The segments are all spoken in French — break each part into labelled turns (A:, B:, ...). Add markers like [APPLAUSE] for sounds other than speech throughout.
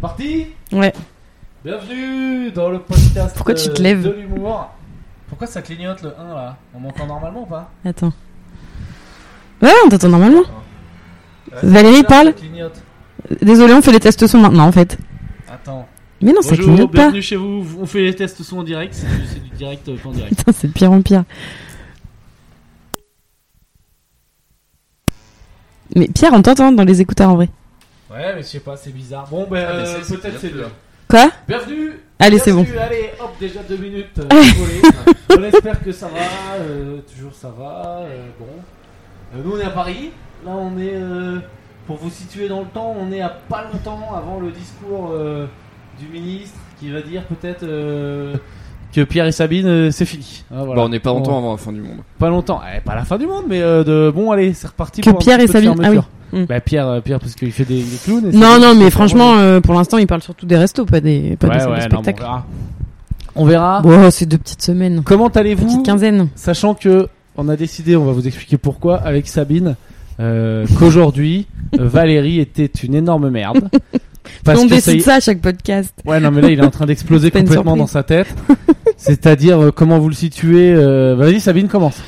A: parti
B: Ouais.
A: Bienvenue dans le podcast
B: Pourquoi tu te
A: euh,
B: lèves
A: de l'humour. Pourquoi ça clignote le 1 là On m'entend normalement ou pas
B: Attends. Ouais, on t'entend normalement. Valérie,
A: Bizarre,
B: parle.
A: ça clignote.
B: Désolé, on fait les tests son maintenant en fait.
A: Attends.
B: Mais non, ça
C: Bonjour,
B: clignote pas.
C: bienvenue chez vous. On fait les tests son en direct, c'est du, c'est du direct euh, pas en direct.
B: [LAUGHS] Putain, c'est de pire en pire. Mais Pierre, on t'entend dans les écouteurs en vrai.
A: Ouais, mais je sais pas, c'est bizarre. Bon, ben
D: Ah, mais
A: euh,
D: c'est- c'est
A: peut-être
D: bien
A: c'est
D: plus
C: hein.
A: bien.
B: Quoi
A: Bienvenue
B: Allez, c'est bon.
A: bienvenue, Allez, hop, déjà deux minutes. euh,
B: [LAUGHS]
A: décollé. on espère que ça va. euh, toujours ça va. euh, bon. Euh, nous, on est à Paris. Là, on est. euh, pour vous situer dans le temps, on est à pas longtemps avant le discours euh, du ministre qui va dire peut-être. euh, que Pierre et Sabine, euh, c'est fini. Ah, voilà.
D: Bah, on n'est pas longtemps avant la fin du monde.
A: Pas longtemps. Eh, pas la fin du monde, mais euh, de... bon, allez, c'est reparti.
B: Que
A: pour un
B: Pierre
A: petit
B: et
A: peu de
B: Sabine. Ah oui.
A: fermeture.
B: Mm.
A: Bah, Pierre, euh, Pierre, parce qu'il fait des, des clowns. et
B: Non,
A: c'est-
B: non, mais
A: c'est
B: franchement, euh, pour l'instant, il parle surtout des restos, pas des, pas
A: Ouais,
B: des salles de
A: ouais, non, mais on
B: spectacle.
A: verra. On verra.
B: Oh, c'est deux petites semaines.
A: Comment
B: Petite
A: allez-vous
B: quinzaine.
A: Sachant que on a décidé, on va vous expliquer pourquoi, avec Sabine, euh, qu'aujourd'hui,
B: [LAUGHS]
A: euh, Valérie était une énorme merde.
B: on
A: que ça y
B: décide
A: est-
B: ça à chaque podcast.
A: Ouais, non, mais là, il est en train d'exploser
B: [LAUGHS] C'est pas une
A: complètement
B: surprise.
A: dans sa tête. C'est-à-dire, euh, comment vous le situez euh, Vas-y, Sabine, commence.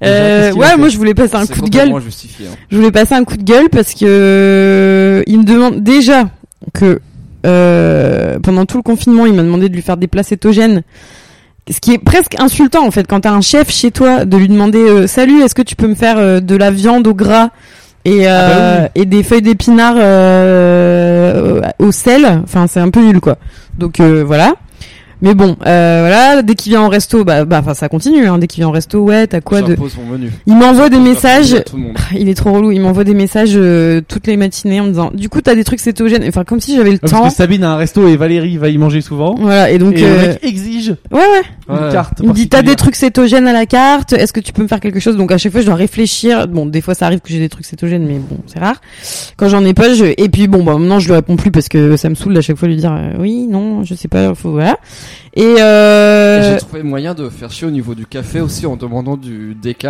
A: Déjà,
B: Euh,
A: qu'est-ce qu'il a
B: ouais,
A: fait
B: moi je voulais passer un
D: C'est
B: coup de
D: complètement
B: gueule.
D: justifié. hein.
B: Je voulais passer un coup de gueule parce que euh, il me demande déjà que euh, pendant tout le confinement, il m'a demandé de lui faire des plats cétogènes. Ce qui est presque insultant en fait quand t'as un chef chez toi de lui demander euh, salut est-ce que tu peux me faire euh, de la viande au gras et euh,
A: Ah bah
B: et des feuilles d'épinards euh, au sel enfin c'est un peu nul quoi donc euh, voilà mais bon euh, voilà dès qu'il vient en resto bah bah enfin ça continue hein. dès qu'il vient en resto ouais t'as quoi de
D: J'impose mon menu.
B: il m'envoie des
D: J'impose
B: messages
D: à tout le monde.
B: [LAUGHS] il est trop relou. Il m'envoie des messages euh, toutes les matinées en me disant Du coup, t'as des trucs cétogènes. Enfin, comme si j'avais le
A: Ah, Parce
B: temps.
A: que Sabine a un resto et Valérie va y manger souvent.
B: Voilà, et donc.
A: et
B: euh,
A: le mec exige
B: Ouais, ouais.
D: Ouais.
A: une carte.
B: Il me dit T'as
A: particulière.
B: des trucs cétogènes à la carte. Est-ce que tu peux me faire quelque chose Donc, à chaque fois, je dois réfléchir. Bon, des fois, ça arrive que j'ai des trucs cétogènes, mais bon, c'est rare. Quand j'en ai pas, je. Et puis, bon, bah, maintenant, je lui réponds plus parce que ça me saoule à chaque fois de lui dire euh, Oui, non, je sais pas, faut. Voilà. Et.
D: Et
B: Euh...
D: J'ai trouvé moyen de faire chier au niveau du café aussi en demandant du DK.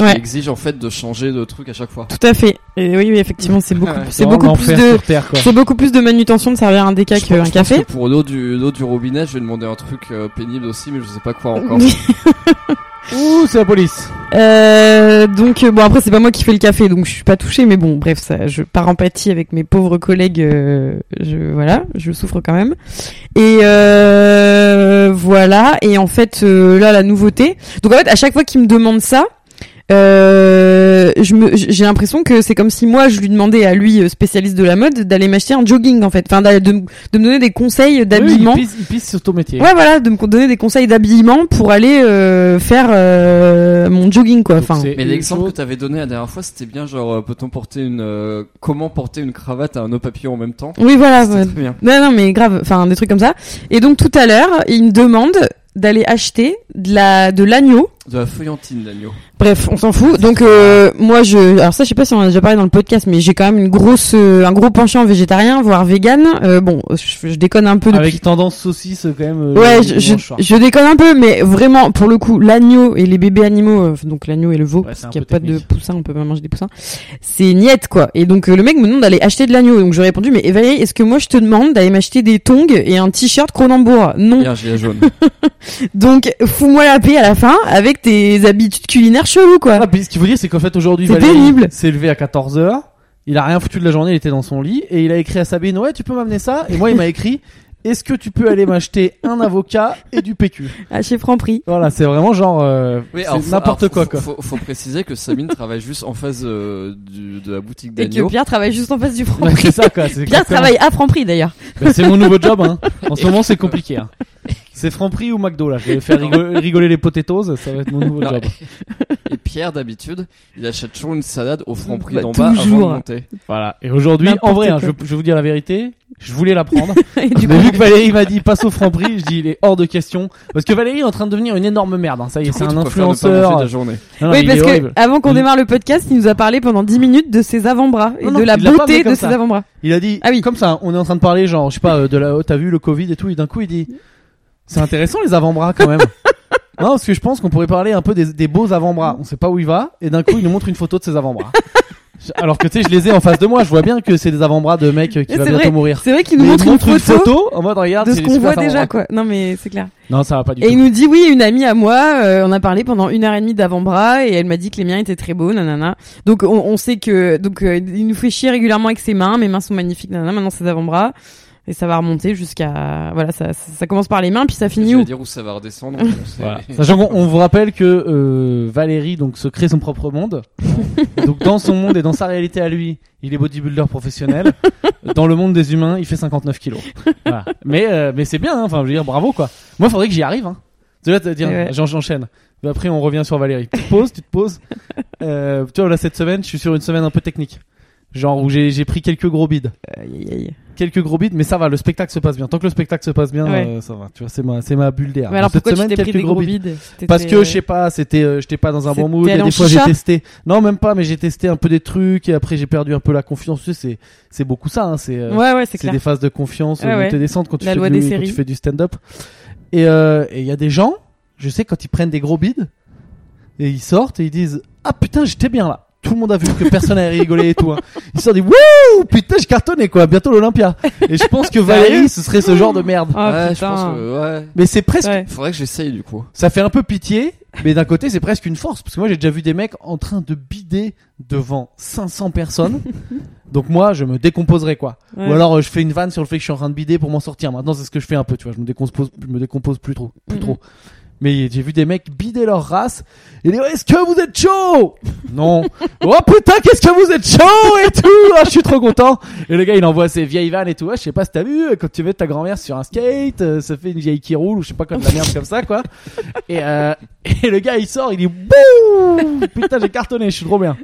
B: Ouais.
D: Qui exige en fait de changer de truc à chaque fois.
B: Tout à fait. Et oui, oui, effectivement, c'est beaucoup,
D: Ouais,
B: c'est
A: vraiment
B: beaucoup plus
A: l'enfer
B: de.
A: sur Terre,
B: [LAUGHS]
A: quoi.
B: C'est beaucoup plus de manutention de servir un déca
D: Je pense-
B: qu'un
D: je pense
B: café.
D: que pour l'eau du, l'eau du robinet, je vais demander un truc euh, pénible aussi, mais je sais pas
B: [LAUGHS]
D: quoi encore.
A: Ouh, c'est la police.
B: Euh, donc euh, bon après c'est pas moi qui fais le café donc je suis pas touchée mais bon bref ça je pars en pâtie avec mes pauvres collègues euh, je voilà je souffre quand même et euh, voilà et en fait euh, là la nouveauté donc en fait à chaque fois qu'il me demande ça euh, je me- j'ai l'impression que c'est comme si moi je lui demandais à lui euh, spécialiste de la mode d'aller m'acheter un jogging en fait enfin d'aller- de, m- de me donner des conseils d'habillement
A: Oui, il, pisse, il pisse sur ton métier.
B: Ouais, voilà, de me donner des conseils d'habillement pour aller euh, faire euh, mon jogging, quoi.
A: Donc,
B: Enfin,
A: c'est
D: Mais
A: une
D: l'exemple que
A: chose-
D: t'avais donné la dernière fois, c'était bien genre euh, peut-on porter une euh, comment porter une cravate à un nœud papillon en même temps.
B: oui, voilà.
D: C'était
B: Ah, ouais.
D: très bien.
B: Non, non, mais grave. Enfin, des trucs comme ça. Et donc tout à l'heure, il me demande d'aller acheter de la de l'agneau.
D: De la feuillantine d'agneau.
B: Bref, on s'en fout. Donc euh, moi, je, alors ça, je sais pas si on en a déjà parlé dans le podcast, mais j'ai quand même une grosse, euh, un gros penchant végétarien, voire vegan. Euh, bon, je, je déconne un peu depuis
A: Avec tendance saucisse quand même. euh,
B: Ouais,
A: le
B: je, je,
A: dimanche soir.
B: je déconne un peu, mais vraiment, pour le coup, l'agneau et les bébés animaux, euh, donc l'agneau et le veau,
A: Ouais,
B: parce
A: c'est un
B: qu'il n'y a
A: peu
B: pas de
A: technique.
B: poussins, on peut pas manger des poussins, c'est niette, quoi. Et donc, euh, le mec me demande d'aller acheter de l'agneau. Donc, j'ai répondu, mais Valérie, est-ce que moi, je te demande d'aller m'acheter des tongs et un t-shirt Cronenbourg Non.
D: Et un gilet jaune.
B: Donc, fous-moi la paix à la fin avec tes habitudes culinaires cheloues, quoi.
A: Ah, puis ce qu'il faut dire, c'est qu'en fait aujourd'hui,
B: C'est
A: Valérie
B: pénible.
A: s'est levé à 14h. Il a rien foutu de la journée, il était dans son lit et il a écrit à Sabine "Ouais, tu peux m'amener ça Et moi,
B: [LAUGHS]
A: il m'a écrit "Est-ce que tu peux aller m'acheter un avocat et du PQ
B: Ah, chez Franprix.
A: Voilà, c'est vraiment genre euh,
D: alors,
A: c'est
D: faut-
A: n'importe
D: alors,
A: quoi
D: faut,
A: quoi.
D: Faut, faut préciser que Sabine travaille juste en face euh, du- de la boutique
B: Et que
D: d'agneau.
B: Pierre travaille juste en face du
A: Ouais,
B: Franprix.
A: c'est ça quoi, c'est
B: Pierre
A: exactement-
B: travaille à Franprix, d'ailleurs.
A: Ben, c'est mon nouveau job.
B: [LAUGHS]
A: Hein. En ce moment, c'est compliqué. Hein. C'est Franprix ou McDo là. Je vais faire rigol- rigoler les potatoes. Ça va être mon nouveau
D: Non.
A: job.
D: Et Pierre, d'habitude, il achète toujours une salade au franc prix
B: Bah,
D: d'en bas avant de
B: toujours.
D: monter.
A: Voilà. Et aujourd'hui, en
B: N'importe
A: vrai, hein, je,
B: quoi.
A: je vais vous dire la vérité. Je voulais la [LAUGHS] prendre.
B: Et du
A: mais
B: coup,
A: vu que Valérie m'a dit passe au Franprix, je dis il est hors de question. Parce que Valérie est en train de devenir une énorme merde. hein. Ça y est,
D: Du coup,
A: c'est
D: tu
A: un
D: préfères ne pas manger
A: influenceur.
D: de la journée.
A: Non, non, mais Ah,
B: oui,
A: il
B: parce
A: est
B: que
A: horrible.
B: avant qu'on
A: Il-
B: démarre le podcast, il nous a parlé pendant 10 minutes de ses avant-bras et
A: Non,
B: de
A: non,
B: la
A: il l'a pas
B: beauté
A: fait comme
B: de
A: ça.
B: ses avant-bras.
A: Il a dit
B: Ah oui.
A: comme ça. hein, On est en train de parler genre je sais pas euh, de la. oh, T'as vu le Covid et tout. Et d'un coup il dit c'est intéressant les avant-bras quand [LAUGHS] même. Non, [LAUGHS] parce que je pense qu'on pourrait parler un peu des, des beaux avant-bras. On sait pas où il va, et d'un coup, il nous montre une photo de ses avant-bras. Alors que tu sais, je les ai en face de moi, je vois bien que c'est des avant-bras de mec qui
B: C'est
A: va
B: vrai.
A: bientôt mourir.
B: C'est vrai qu'il nous
A: Mais il
B: montre une
A: montre
B: photo,
A: en mode regarde
B: de
A: c'est
B: ce
A: les
B: qu'on
A: super
B: voit déjà,
A: avant-bras.
B: quoi. Non, mais c'est clair.
A: Non, ça va pas du
B: Et
A: tout.
B: il nous dit, oui, une amie à moi, euh, on a parlé pendant une heure et demie d'avant-bras et elle m'a dit que les miens étaient très beaux, nanana. Donc on, on sait que donc euh, il nous fait chier régulièrement avec ses mains, mes mains sont magnifiques, nanana. Maintenant ses avant-bras et ça va remonter jusqu'à voilà, ça, ça, ça commence par les mains puis ça finit
D: Je vais
B: où
D: dire où ça va redescendre. c'est- [LAUGHS]
A: Voilà. Sachant qu'on on vous rappelle que euh, Valérie donc se crée son propre
B: [LAUGHS]
A: monde. donc dans son monde et dans sa réalité à lui, il est bodybuilder professionnel. dans le monde des humains, il fait 59 kilos. Voilà. Mais euh, mais c'est bien. hein. Enfin, je veux dire, bravo quoi. Moi, faudrait que j'y arrive. Hein. De là, t'as- tiens,
B: Ouais.
A: j'en- j'enchaîne. Mais Après, on revient sur Valérie. Tu te poses, tu te poses. Euh, tu vois, là, cette semaine, je suis sur une semaine un peu technique. Genre où j'ai j'ai pris quelques gros bides
B: Aïe, aïe, aïe.
A: quelques gros bits, mais ça va, le spectacle se passe bien. Tant que le spectacle se passe bien,
B: Ouais.
A: euh, ça va. Tu vois, c'est ma, c'est ma bulle d'air.
B: Mais alors
A: Cette
B: pourquoi
A: semaine,
B: tu t'es pris
A: quelques
B: des gros
A: bids.
B: bides T'étais,
A: Parce que
B: euh,
A: je sais pas, c'était, euh, j'étais pas dans un bon
B: C'était
A: mood. et
B: allé en
A: Des fois, j'ai
B: chicha
A: testé. Non, même pas, mais j'ai testé un peu des trucs et après j'ai perdu un peu la confiance. Tu sais, c'est, c'est beaucoup ça. Hein, c'est, euh,
B: Ouais ouais c'est
A: c'est
B: clair.
A: des phases de confiance,
B: Ouais, ouais.
A: montée descente quand tu,
B: La
A: fais
B: loi
A: du,
B: des
A: quand tu
B: séries.
A: fais du stand-up. Et il y a des gens, je sais, quand ils prennent des gros bides et ils sortent et ils disent ah putain j'étais bien là. Tout le monde a vu que personne n'a rigolé et tout. Hein. Ils se sont dit wouh putain je cartonnais quoi, bientôt l'Olympia. Et je pense que Valérie ce serait ce genre de merde.
B: Ah,
D: ouais, je
B: putain.
D: pense que, ouais.
A: Mais c'est presque,
B: Ouais.
D: Faudrait que j'essaye du coup.
A: ça fait un peu pitié, mais d'un côté c'est presque une force parce que moi j'ai déjà vu des mecs en train de bider devant 500 personnes. Donc moi je me décomposerais quoi.
B: Ouais.
A: Ou alors euh, je fais une vanne sur le fait que je suis en train de bider pour m'en sortir. Maintenant c'est ce que je fais un peu, tu vois, je me décompose, je me décompose plus trop, plus
B: Mhm.
A: trop. Mais j'ai vu des mecs bider leur race et dire est-ce que vous êtes chaud [LAUGHS] Non. oh putain qu'est-ce que vous êtes chaud et tout. Ah je suis trop content. Et le gars il envoie ses vieilles vannes et tout. Ouais, je sais pas si t'as vu euh, quand tu veux ta grand-mère sur un skate, euh, ça fait une vieille qui roule ou je sais pas quoi de la merde comme ça quoi. Et, euh, et le gars il sort il dit bouh putain j'ai cartonné je suis trop bien.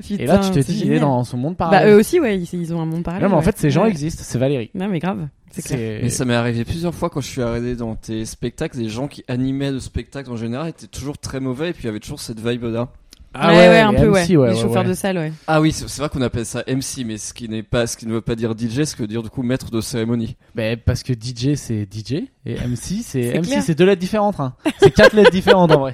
B: Putain,
A: et là tu te
B: c'est
A: dis il est
B: génial.
A: dans son monde
B: Bah
A: parallèle.
B: eux aussi ouais, ils, ils ont un monde parallèle.
A: non mais en
B: ouais.
A: fait ces gens
B: Ouais.
A: existent c'est Valérie.
B: Non mais grave, c'est clair.
A: C'est-
D: Mais ça m'est arrivé plusieurs fois quand je suis arrivé dans tes spectacles, les gens qui animaient le spectacle en général étaient toujours très mauvais et puis il y avait toujours cette vibe là.
A: Ah
B: ouais, ouais, un
A: les
B: peu
A: MC,
B: ouais.
A: ouais,
B: les
A: ouais,
B: chauffeurs
A: ouais.
B: de salle ouais.
D: Ah oui, c'est c'est vrai qu'on appelle ça MC, mais ce qui n'est pas, ce qui ne veut pas dire DJ, ce que veut dire du coup maître de cérémonie.
A: Ben, parce que DJ c'est DJ et
B: [LAUGHS]
A: MC c'est
B: C'est
A: MC
B: clair.
A: c'est deux lettres différentes hein. C'est quatre lettres différentes en vrai.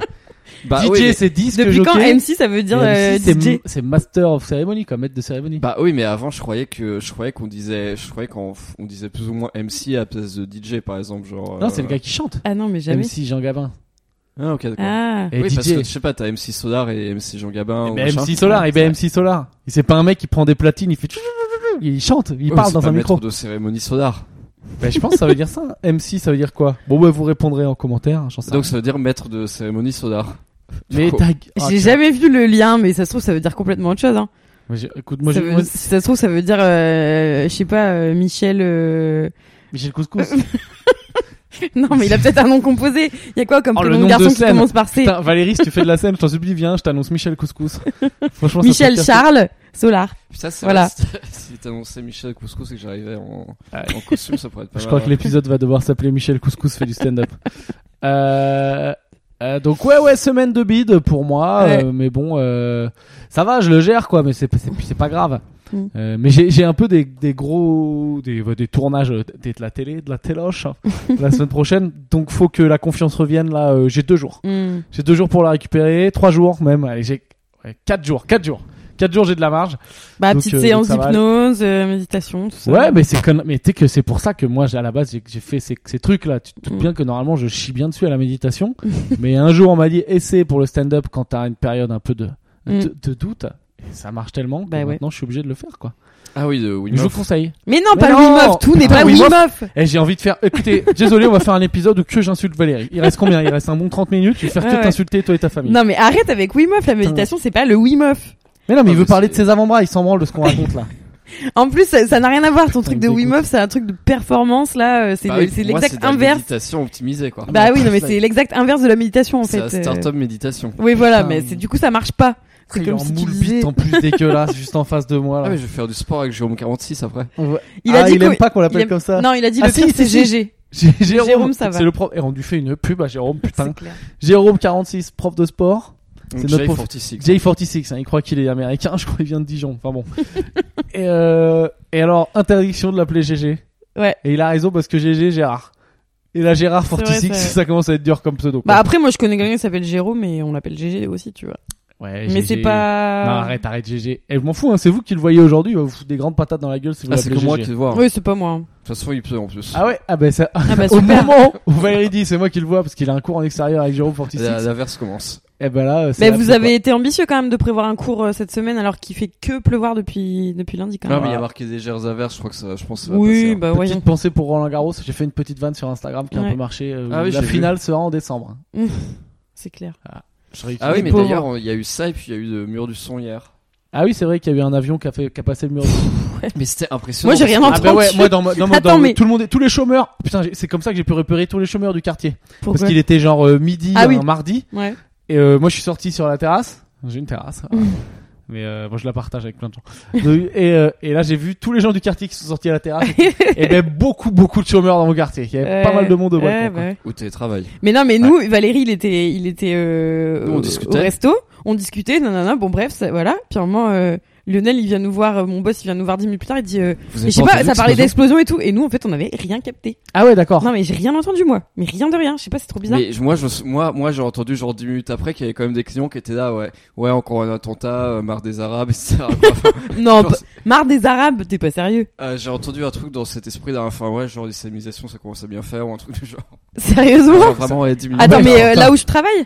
D: Bah
A: DJ
D: oui, mais,
A: c'est disque
B: Depuis quand
A: jockey,
B: MC ça veut
A: et
B: dire euh,
A: MC, c'est
B: DJ
A: m- c'est master of cérémonie quoi, maître de cérémonie.
D: bah oui, mais avant je croyais que je croyais qu'on disait, je croyais qu'on f- on disait plus ou moins MC à la place de DJ par exemple, genre.
A: non,
D: euh,
A: c'est le gars qui chante.
B: Ah non mais jamais.
A: MC Jean Gabin.
D: Ah ok d'accord.
B: Ah.
A: Et
D: oui, parce
A: DJ.
D: que je sais pas, t'as MC Solar et MC Jean Gabin. ou
A: Mais
D: machin.
A: MC Solar, et ben
D: Ouais.
A: MC Solar. Et C'est pas un mec qui prend des platines, il fait tchou, tchou, tchou, il chante, il
D: Ouais, mais
A: parle
D: c'est
A: dans
D: pas
A: un
D: maître
A: micro.
D: de cérémonie Solar.
A: Ben, je pense que ça veut dire ça. MC ça veut dire quoi Bon ben vous répondrez en commentaire, j'en sais
D: Donc ça veut dire maître de cérémonie Solar.
A: rien. [LAUGHS] Mais
D: Du coup.
A: ta gue- Ah,
B: J'ai
A: tu-
B: jamais vu le lien, mais ça se trouve ça veut dire complètement autre chose. Hein.
A: Moi, j'ai- écoute, moi
B: ça
A: j'ai
B: veut-
A: moi,
B: si ça se trouve ça veut dire, euh, je sais pas, euh, Michel. euh, [LAUGHS]
A: j'ai le couscous.
B: Non, mais il a peut-être un nom composé. Il y a quoi comme
A: Oh, le
B: prénom de
A: nombre de
B: garçon qui
A: scènes.
B: commence par C
A: Putain, Valérie, si tu fais de la scène, je t'en supplie, viens, je t'annonce Michel
B: [LAUGHS]
A: Couscous. Franchement, ça
B: Michel
A: peut faire-
B: Charles Solar.
D: Ça c'est [LAUGHS]
B: Voilà.
D: vrai, Si t'annonçais Michel Couscous et que j'arrivais en, en costume, ça pourrait être pas
A: Je
D: mal,
A: crois
D: ouais.
A: que l'épisode Ah, va devoir s'appeler Michel Couscous fait du stand-up. Euh, euh, donc ouais ouais semaine de bide pour moi
B: Ouais.
A: euh, mais bon euh, ça va je le gère quoi mais c'est c'est c'est pas grave
B: Mm.
A: Euh, mais j'ai j'ai un peu des, des gros des, ouais, des tournages euh, des- de la télé de la
B: [LAUGHS]
A: téloche hein, la semaine prochaine donc faut que la confiance revienne là euh, j'ai deux jours
B: Hmm.
A: j'ai deux jours pour la récupérer trois jours même allez j'ai ouais, quatre jours quatre jours quatre jours j'ai de la marge
B: Bah
A: Donc,
B: petite
A: euh, donc
B: séance
A: ça va.
B: d'hypnose, euh, méditation, tout ça.
A: Ouais, mais c'est con... mais tu sais que c'est pour ça que moi, j'ai- à la base, j'ai- j'ai fait ces, ces trucs-là. Tu te doutes
B: Mm.
A: bien que normalement, je chie bien dessus à la méditation.
B: [LAUGHS]
A: mais un jour, on m'a dit, essaie pour le stand-up quand t'as une période un peu de,
B: Mm.
A: de, de doute. Et ça marche tellement que
B: Bah ouais.
A: maintenant, je suis obligé de le faire, quoi.
D: Ah oui, de Wim
A: je vous
D: Hof.
A: conseille.
B: Mais non,
A: Mais
B: pas
A: non.
B: Wim Hof. Tout n'est
A: Pas
B: pas
A: Wim
B: Wim
A: Hof.
B: Hof.
A: Et j'ai envie de faire. Écoutez, [LAUGHS] désolé, on va faire un épisode où que j'insulte Valérie. Il reste combien Il reste un bon 30 minutes. Je vais faire
B: Ouais,
A: que
B: ouais.
A: t'insulter, toi et ta famille.
B: Non, mais arrête avec Wim Hof. La méditation, c'est pas le Wim Hof.
A: Mais non, mais
D: Ah,
A: il veut
D: mais
A: parler de
D: c'est-
A: ses avant-bras. Il s'en branle de
B: [LAUGHS]
A: ce qu'on raconte là.
B: En plus, ça ça n'a rien à voir. Ton truc de
A: me
B: Wim
A: dégoûte.
B: Hof, c'est un truc de performance là. euh, C'est
D: Bah
B: le-
D: oui,
B: c'est
D: pour moi,
B: l'exact
D: de la
B: inverse.
D: méditation optimisée, quoi.
A: Ah,
B: Bah oui, non, mais c'est l'exact inverse de la méditation en fait.
D: c'est la
B: euh.
D: start-up méditation.
B: Oui, voilà,
A: Putain.
B: mais c'est du coup ça marche pas. C'est
A: il est
B: comme
A: en
B: si tu
A: moule
B: disais-
A: bite en plus dégueulasse juste en face de moi.
D: Ah,
A: Là.
D: mais je vais faire du sport avec Jérôme 46 après.
B: Il a
A: Ah,
B: dit
A: il
B: que-
A: aime pas qu'on
B: il
A: l'appelle
B: aime-
A: comme ça.
B: Non, il a dit
A: Ah,
B: le
A: si,
B: pire,
A: si,
B: c'est
A: si.
B: GG.
A: J'ai- Jérôme,
B: Jérôme, ça va.
A: C'est le prof. Et on lui fait une pub à Jérôme, putain.
B: C'est clair.
A: Jérôme 46, prof de sport.
D: Donc,
A: C'est notre
D: Jay
A: prof.
D: 46.
A: J46, hein, il croit qu'il est américain, [LAUGHS] je crois qu'il vient de Dijon. Enfin
B: [LAUGHS]
A: bon. et, euh, et alors, interdiction de l'appeler GG.
B: Ouais.
A: Et il a raison parce que GG, Gérard. Et là, Gérard
B: C'est vrai,
A: 46,
B: c'est vrai.
A: ça commence à être dur comme pseudo. quoi.
B: Bah après, moi je connais quelqu'un qui s'appelle Jérôme et on l'appelle GG aussi, tu vois.
A: Ouais, GG.
B: Mais c'est
A: Non,
B: pas. euh,
A: arrête, arrête, GG. Et je m'en fous, hein, c'est vous qui le voyez aujourd'hui, il va vous foutre des grandes patates dans la gueule si vous
D: Ah, c'est
A: l'appelez
D: que moi
A: GG.
D: qui le vois. hein. De
B: Oui, c'est pas moi.
D: toute façon, il peut en plus.
A: Ah ouais, ah bah ça.
B: Ah bah
A: Au
B: super.
A: moment où Valérie dit, c'est moi qui le vois parce qu'il a un cours en extérieur avec Jérôme Fortis.
D: La- L'averse commence.
A: Et ben là, euh, c'est
B: Mais
A: la
B: Bah, vous
A: pub,
B: avez été ambitieux quand même de prévoir un cours euh, cette semaine alors qu'il fait que pleuvoir depuis depuis lundi quand
D: Non,
A: Ah,
B: même.
D: mais il y a marqué des légères averses, je crois que ça, je pense que ça va passer,
B: oui,
D: hein.
B: bah
A: petite
B: voyons.
A: pensée pour Roland Garros. J'ai fait une petite vanne sur Instagram qui a un
B: Ouais.
A: peu marché. euh,
D: Ah oui,
A: la
D: j'ai vu.
A: finale sera en décembre.
B: C'est clair.
D: Ah oui, mais
B: pauvres.
D: d'ailleurs, il y a eu ça et puis il y a eu le mur du son hier.
A: Ah oui, c'est vrai qu'il y a eu un avion qui a, fait, qui a passé le
B: [LAUGHS]
A: mur.
D: Mais c'était impressionnant.
B: Moi, j'ai rien
A: ah
B: entendu.
A: bah ouais, moi dans, ma- dans, ma-
B: Attends,
A: dans
B: mais-
A: tout le monde, est- tous les chômeurs. Putain, j'ai- c'est comme ça que j'ai pu repérer tous les chômeurs du quartier.
B: Pourquoi
A: parce qu'il était genre euh, midi
B: Ah
A: un
B: oui.
A: mardi.
B: Ouais.
A: Et euh, moi, je suis sorti sur la terrasse. J'ai une
B: [LAUGHS]
A: terrasse. voilà. Mais euh, moi je la partage avec plein de gens. Donc, et, euh, et là j'ai vu tous les gens du quartier qui sont sortis à la
B: [LAUGHS]
A: terrasse. et ben beaucoup beaucoup de chômeurs dans mon quartier. Il y avait pas
B: Ouais.
A: mal de monde au
B: Ouais,
A: balcon.
B: bah
A: quoi.
B: ouais.
D: Ou télétravail.
B: Mais non, mais nous, Valérie, il était, il était euh,
D: Nous, on
B: au,
D: discutait.
B: au resto, on discutait, nanana, bon bref, ça, voilà. Puis à un moment, euh, Lionel, il vient nous voir, euh, mon boss, il vient nous voir dix minutes plus tard, il dit, euh,
D: Vous
B: mais je sais pas, ça parlait d'explosion et tout, et nous, en fait, on avait rien capté.
A: Ah ouais
D: Oh.
A: d'accord.
B: Non, mais j'ai rien entendu moi, mais rien de rien. Je sais pas, c'est trop bizarre.
D: Mais je- moi, je, me sou- moi, moi, j'ai entendu genre 10 minutes après qu'il y avait quand même des clients qui étaient là, ouais. Ouais, encore un attentat, euh, marre des Arabes, etc. quoi.
B: [LAUGHS]
D: Enfin,
B: non,
D: genre,
B: bah, marre des Arabes, t'es pas sérieux, [LAUGHS]
D: euh, j'ai entendu un truc dans cet esprit là, enfin, ouais, genre l'islamisation, ça commence à bien faire, ou un truc du genre.
B: sérieusement.
D: Genre, vraiment, ouais, 10 minutes.
B: Attends, mais euh,
D: après.
B: là où je travaille,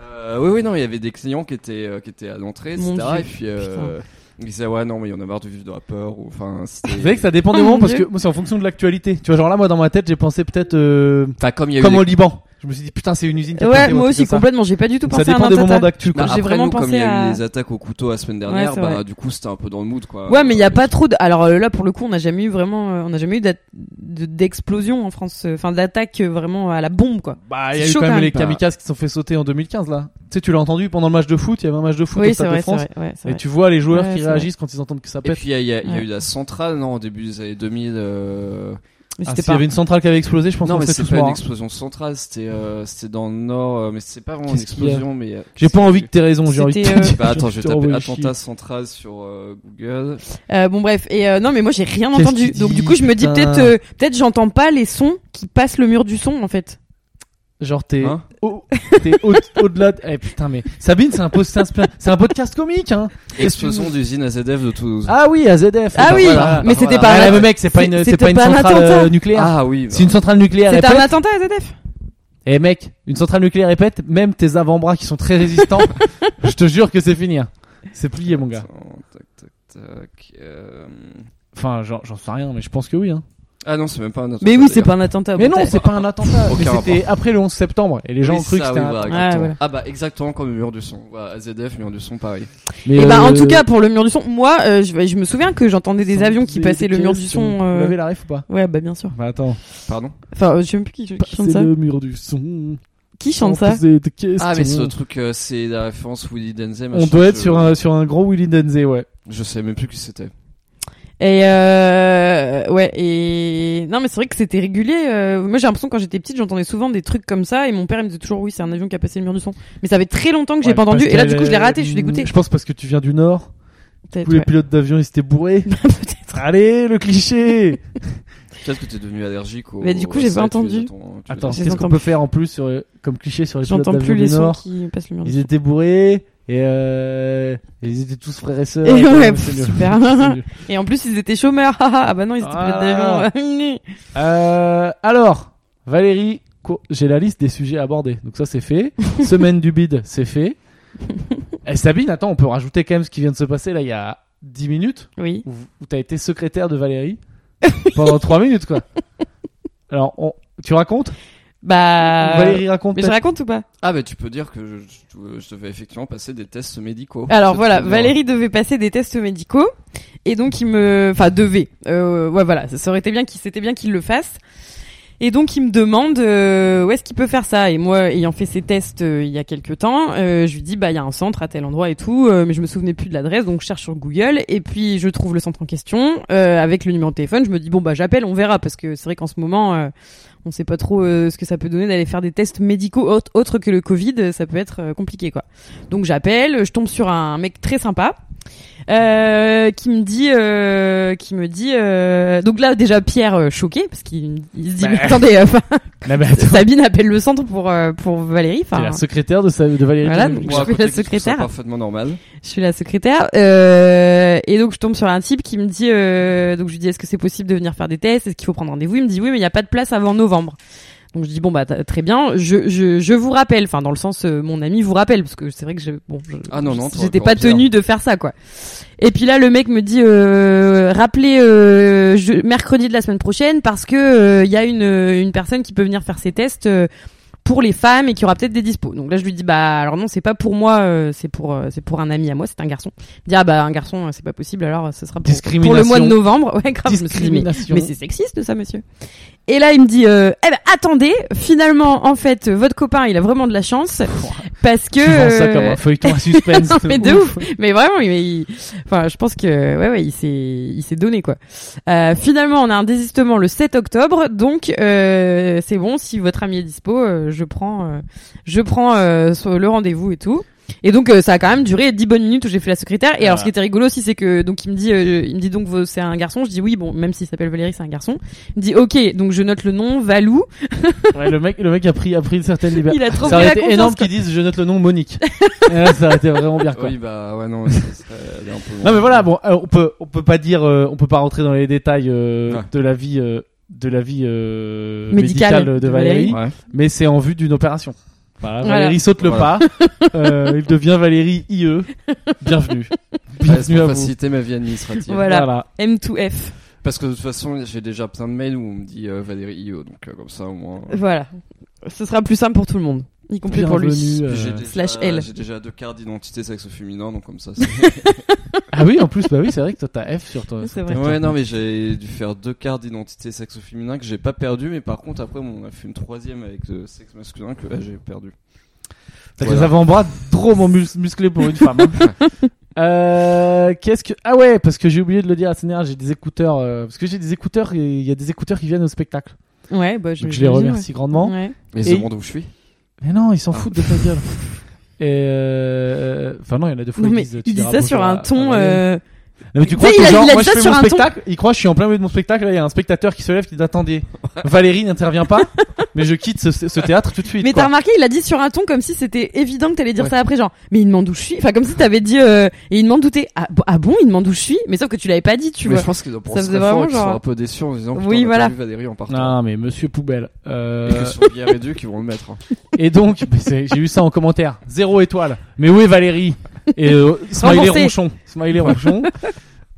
D: Euh, oui, oui, non, il y avait des clients qui étaient, euh, qui étaient à l'entrée, etc.
B: Mon Dieu,
D: Et puis, euh, ils disaient, ouais, non, mais il y en a marre de vivre dans la peur, ou enfin, c'était.
A: Vous savez que ça dépend des
B: Oh,
A: moments
B: mon
A: parce que
B: Dieu.
A: moi c'est en fonction de l'actualité. Tu vois, genre là, moi dans ma tête, j'ai pensé peut-être euh,
D: Enfin, comme il y a eu
A: comme
D: des-
A: au Liban. Je me suis dit putain, c'est une usine qui a
B: ouais,
A: planté ou un
B: moi
A: truc
B: aussi
A: comme ça.
B: complètement. J'ai pas du tout
A: Donc, Ça
B: pensé à
A: dépend
B: un
A: des
B: attentat.
A: moments d'actu.
D: Bah,
A: quoi.
B: J'ai
D: après,
B: vraiment
D: nous, comme il y a eu
B: pensé à-
D: les attaques au couteau la semaine
B: Ouais,
D: dernière,
B: c'est
D: bah,
B: vrai.
D: du coup, c'était un peu dans le mood, quoi.
B: Ouais, mais il y a pas trop de. Alors euh, là, pour le coup, on n'a jamais eu vraiment, euh, on n'a jamais eu d'at- de- d'explosion en France, euh, enfin d'attaque euh, vraiment à la bombe, quoi.
A: Bah, il y a
B: C'est
A: eu
B: chaud
A: quand même
B: quand
A: les
B: même.
A: kamikazes qui se sont fait sauter en 2015 là. Tu sais, tu l'as entendu pendant le match de foot. Il y avait un match de foot au
B: Oui, c'est
A: Stade de
B: vrai, c'est
A: France.
B: vrai. Ouais, c'est
A: Et
B: vrai.
A: tu vois les joueurs
B: Ouais,
A: qui
B: c'est vrai.
A: réagissent quand ils entendent que ça
D: Et
A: pète.
D: puis, il y a, il y a- il y a
B: Ouais.
D: eu la centrale, non, au début des années 2000, euh,
B: Mais
A: Ah,
B: c'était
A: S'il y
B: pas.
A: avait une centrale qui avait explosé, je pense
D: non,
A: qu'on
D: mais
A: serait
D: c'est
A: tous
D: pas une
A: morts. hein.
D: explosion centrale, c'était euh, c'était dans le nord, euh, mais c'est pas vraiment une
A: Qu'est-ce qu'il y a
D: explosion, mais. euh,
A: J'ai
D: qu'est-ce
A: pas
D: que-
A: envie que t'aies raison. J'ai envie. de
B: C'était, euh,
A: te dire.
D: [LAUGHS]
A: [LAUGHS]
D: Bah, attends, je vais
A: te
D: taper
A: renvoyer
D: attentat
A: chier.
D: central sur euh, Google.
B: Euh, bon bref. Et euh, non, mais moi j'ai rien
A: Qu'est-ce
B: entendu.
A: qu'il
B: Donc
A: dit,
B: du coup, je me dis
A: putain.
B: peut-être, euh, peut-être j'entends pas les sons qui passent le mur du son en fait.
A: Genre t'es
D: Hein
A: au- t'es au- [LAUGHS] au-delà. de- Eh putain, mais Sabine, c'est un post- c'est un- c'est un podcast comique. hein.
D: Explosion d'usine AZF de Toulouse.
A: Ah oui, à ZF.
B: Ah
A: bah
B: oui,
A: voilà.
B: mais
D: bah
B: c'était
D: voilà.
B: pas.
A: Ah,
B: un-
A: mais mec, c'est pas
B: c'est-
A: une, c'est
B: c'était
A: pas une
B: pas un
A: centrale
B: attentat.
A: euh, nucléaire.
D: Ah oui, bah.
A: C'est une centrale nucléaire.
B: C'était
A: répète.
B: un attentat à ZF.
A: Et eh, mec, une centrale nucléaire répète, même tes avant-bras qui sont très
B: [LAUGHS]
A: résistants, je te jure que c'est fini. hein. C'est plié, mon gars.
D: Attends, tac, tac, tac. euh,
A: Enfin, genre, j'en sais rien, mais je pense que oui. Hein.
D: Ah non, c'est même pas un attentat.
B: Mais oui, c'est
D: d'ailleurs.
B: pas un attentat.
A: Mais
B: bon,
A: non,
B: t'as-
A: c'est pas un attentat. mais
D: Aucun
A: c'était après le 11 septembre, et les gens
D: Oui,
A: ont cru que
D: ça,
A: c'était
D: oui,
A: un
D: voilà,
A: attentat.
B: Ah,
D: exactement.
B: voilà.
D: Ah bah exactement comme le mur du son. Voilà, AZF, mur du son, pareil.
A: Mais
B: Et bah, en
A: euh,
B: tout cas, pour le mur du son, moi, euh, je, je me souviens que j'entendais des avions qui passaient le mur du son.
A: Vous
B: euh,
A: l'avez la ref ou pas
B: Ouais, bah bien sûr.
A: bah attends,
D: Pardon
B: Enfin, euh, je sais même plus qui, qui chante
A: Bah, c'est
B: ça.
A: le mur du son.
B: Qui chante ça
A: posez des questions.
D: Ah mais ce truc, euh, c'est la référence Woody Denzel.
A: On
D: machin,
A: doit être
D: je-
A: sur un sur un gros Willy Denze, ouais.
D: Je sais même plus qui c'était.
B: Et euh, ouais et non mais c'est vrai que c'était régulier. euh, moi j'ai l'impression que quand j'étais petite j'entendais souvent des trucs comme ça et mon père il me disait toujours oui c'est un avion qui a passé le mur du son. Mais ça fait très longtemps que j'ai
A: Ouais,
B: pas
A: parce
B: entendu et là
A: qu'elle
B: du coup je l'ai
A: est-
B: raté je suis dégoûtée.
A: Je pense parce que tu viens du nord.
B: Peut-être,
A: Tous les
B: ouais.
A: pilotes d'avion ils s'étaient bourrés.
B: [LAUGHS] Peut-être.
A: Allez, le [LAUGHS] cliché
D: Peut-être que t'es devenu allergique au.
B: Mais du coup, j'ai
D: au-
B: pas
D: ça, tu les
B: entendu.
D: attends, tu les
A: Attends,
D: attends.
B: Je
A: qu'est-ce
B: l'entends
A: qu'on peut faire en plus sur, euh, comme cliché sur les pilotes
B: J'entends
A: d'avion
B: plus
A: du
B: les sons
A: Nord
B: qui passent le mur du
A: Ils
B: son.
A: étaient bourrés et euh, et ils étaient tous frères et sœurs.
B: Et
A: euh,
B: ouais,
A: c'est
B: pff,
A: nul.
B: super.
A: [LAUGHS] C'est
B: [LAUGHS]
A: nul.
B: Et en plus ils étaient chômeurs. [LAUGHS] haha. ah bah non ils étaient
A: Ah.
B: pilotes d'avion.
A: Euh, alors, Valérie, co- j'ai la liste des sujets abordés. Donc ça, c'est
B: [LAUGHS]
A: fait. Semaine du bide, c'est fait. Et Sabine, attends, on peut rajouter quand même ce qui vient de se passer là il y a 10 minutes
B: [LAUGHS] oui.
A: où, où t'as été secrétaire de Valérie [LAUGHS] pendant 3 minutes quoi. Alors, on- tu racontes
B: Bah.
A: Valérie raconte.
B: Mais je raconte ou pas
D: Ah bah tu peux dire que je, je- je devais effectivement passer des tests médicaux.
B: Alors
D: Ça,
B: voilà,
D: tu peux
B: Valérie devait passer des tests médicaux et donc il me, enfin devait, Euh, ouais voilà, ça aurait été bien qu'il, c'était bien qu'il le fasse. Et donc il me demande euh, où est-ce qu'il peut faire ça et moi ayant fait ces tests euh, il y a quelques temps, euh, je lui dis bah il y a un centre à tel endroit et tout, euh, mais je me souvenais plus de l'adresse donc je cherche sur Google et puis je trouve le centre en question euh, avec le numéro de téléphone, je me dis bon bah j'appelle, on verra parce que c'est vrai qu'en ce moment euh, on sait pas trop euh, ce que ça peut donner d'aller faire des tests médicaux autres autres que le Covid, ça peut être euh, compliqué quoi. Donc j'appelle, je tombe sur un mec très sympa euh, qui me dit, euh, qui me dit. euh, Donc là, déjà Pierre euh, choqué parce qu'il il se dit,
A: Bah.
B: mais
A: [LAUGHS]
B: attendez, euh, enfin,
A: Non, mais attends,
B: Sabine appelle le centre pour euh, pour Valérie.
A: t'es
B: Enfin,
A: la secrétaire de, sa- de Valérie
B: Voilà,
A: Pénicaud.
B: donc-
D: Moi, à
B: suis
D: côté,
B: la
D: qui trouve ça
B: secrétaire.
D: parfaitement normal.
B: je suis la secrétaire euh, et donc je tombe sur un type qui me dit, euh, donc je lui dis, est-ce que c'est possible de venir faire des tests Est-ce qu'il faut prendre rendez-vous Il me dit oui, mais il n'y a pas de place avant novembre. Donc je dis bon bah t- très bien, je, je, je vous rappelle, enfin dans le sens euh, mon ami vous rappelle parce que c'est vrai que je bon je-
D: Ah non, non, t'aurais
B: j'étais
D: encore
B: pas
D: pire.
B: tenue de faire ça quoi. Et puis là le mec me dit euh, rappelez euh, je- mercredi de la semaine prochaine parce que euh, il y a une une personne qui peut venir faire ses tests euh, pour les femmes et qui aura peut-être des dispos. Donc là je lui dis bah alors non c'est pas pour moi euh, c'est pour euh, c'est pour un ami à moi c'est un garçon. Il me dit ah bah un garçon euh, c'est pas possible alors euh, ce sera pour, pour le mois
A: Discrimination.
B: de novembre. [LAUGHS] Ouais grave. je me suis dit, mais-
A: Discrimination.
B: mais c'est sexiste ça, monsieur. Et là, il me dit, euh, eh ben, attendez, finalement, en fait, euh, votre copain, il a vraiment de la chance parce
A: Tu
B: que.
A: vends ça comme
B: euh,
A: un feuilleton à suspense.
B: [LAUGHS] non, mais de ouf. Mais vraiment, il, il- enfin, je pense que ouais, ouais, il s'est, il s'est donné quoi. Euh, finalement, on a un désistement le 7 octobre, donc euh, c'est bon. Si votre ami est dispo, euh, je prends, euh, je prends euh, sur le rendez-vous et tout. Et donc euh, ça a quand même duré 10 bonnes minutes où j'ai fait la secrétaire. Et alors
A: Ah.
B: ce qui était rigolo aussi, c'est que donc il me dit, euh, il me dit donc vous- c'est un garçon. Je dis oui, bon, même s'il s'appelle Valérie, c'est un garçon. Il me dit ok, donc je note le nom, Valou.
A: Ouais, le mec, le mec a pris, a pris une certaine liberté.
B: Il a
A: Bah,
B: trop
A: Ça
B: pris
A: aurait
B: la
A: été
B: confiance.
A: énorme
B: quoi.
A: qu'ils disent je note le nom
B: [LAUGHS]
A: Monique. Ouais, ça aurait été vraiment bien quoi.
D: Oui, bah ouais, non, c'est- c'est- elle est un peu loin.
A: Non mais voilà, bon, euh, on peut on peut pas dire euh, on peut pas rentrer dans les détails euh,
D: Ouais.
A: de la vie euh, de la vie euh,
B: Médicale
A: médicale de
B: de
A: Valérie,
B: Valérie.
D: Ouais.
A: mais c'est en vue d'une opération. Voilà,
B: Voilà.
A: Valérie saute le
D: Voilà.
A: pas, euh, il devient Valérie IE. Bienvenue.
D: Ouais, c'est
A: Bienvenue
D: pour
A: à vous.
D: faciliter ma vie administrative.
B: Voilà. M2F.
D: Parce que de toute façon, j'ai déjà plein de mails où on me dit euh, Valérie IO, donc euh, comme ça au moins.
B: Voilà. Ce sera plus simple pour tout le monde, y compris pour lui.
A: Bienvenue, euh,
D: Puis j'ai déjà-
B: Slash L.
D: J'ai déjà deux cartes d'identité sexe féminin, donc
B: [LAUGHS]
D: comme ça. c'est-
A: Ah oui, en plus, bah oui, c'est vrai que toi t'as F sur toi.
B: C'est
A: sur
D: [LAUGHS]
B: vrai.
A: ta
D: ouais,
A: carte.
D: non, mais j'ai dû faire deux cartes d'identité sexe féminin que j'ai pas perdu, mais par contre, après, bon, on a fait une troisième avec le sexe masculin que là, j'ai perdu.
A: T'as
D: Voilà.
A: des avant-bras trop mon mus- musclés pour une femme. hein. [LAUGHS] Euh, Qu'est-ce que ah ouais parce que j'ai oublié de le dire à dernière j'ai des écouteurs euh, parce que j'ai des écouteurs et il y a des écouteurs qui viennent au spectacle
B: Ouais, bah, je,
A: donc je les
B: j'imagine,
A: remercie grandement
B: ouais. Ouais.
D: Mais
A: Et-
D: c'est monde où je suis.
A: mais non ils s'en foutent de ta [LAUGHS] gueule et euh, enfin non il y en a deux fois
B: Non,
A: ils
B: mais
A: disent,
B: tu dis
A: diras
B: ça
A: bonjour
B: sur
A: à-
B: un ton.
A: à Valérie.
B: euh,
A: non mais tu
B: Tu
A: crois
B: sais,
A: que
B: il a-
A: genre
B: il a
A: moi
B: dit
A: je
B: ça
A: fais
B: sur
A: mon
B: un ton.
A: spectacle il croit je suis en plein milieu de mon spectacle là il y a un spectateur qui se lève qui dit [LAUGHS] attendez Valérie n'intervient pas mais je quitte ce, ce théâtre tout de suite
B: Mais
A: quoi.
B: t'as remarqué, il l'a dit sur un ton comme si c'était évident que t'allais dire
A: Ouais.
B: ça après, genre. Mais il demande où je suis. Enfin, comme si t'avais dit. euh, Et il demande où t'es. Ah, bon- ah bon, il demande où je suis. Mais sauf que tu l'avais pas dit, tu
D: mais
B: vois.
D: je pense qu'ils doivent
B: faisait
D: penser fort
B: vraiment
D: et qu'ils sont
B: genre-
D: un peu déçus en se disant
B: Oui,
D: Putain, on a
B: voilà.
D: perdu Valérie en partant.
A: non mais monsieur poubelle euh...
D: Et que sur Pierre et Duc, ils vont le mettre. hein.
A: Et donc, mais c'est- j'ai eu ça en commentaire. Zéro étoile. Mais où est Valérie Et euh, Smiley
B: Remboursé.
A: Ronchon. Smiley Ronchon.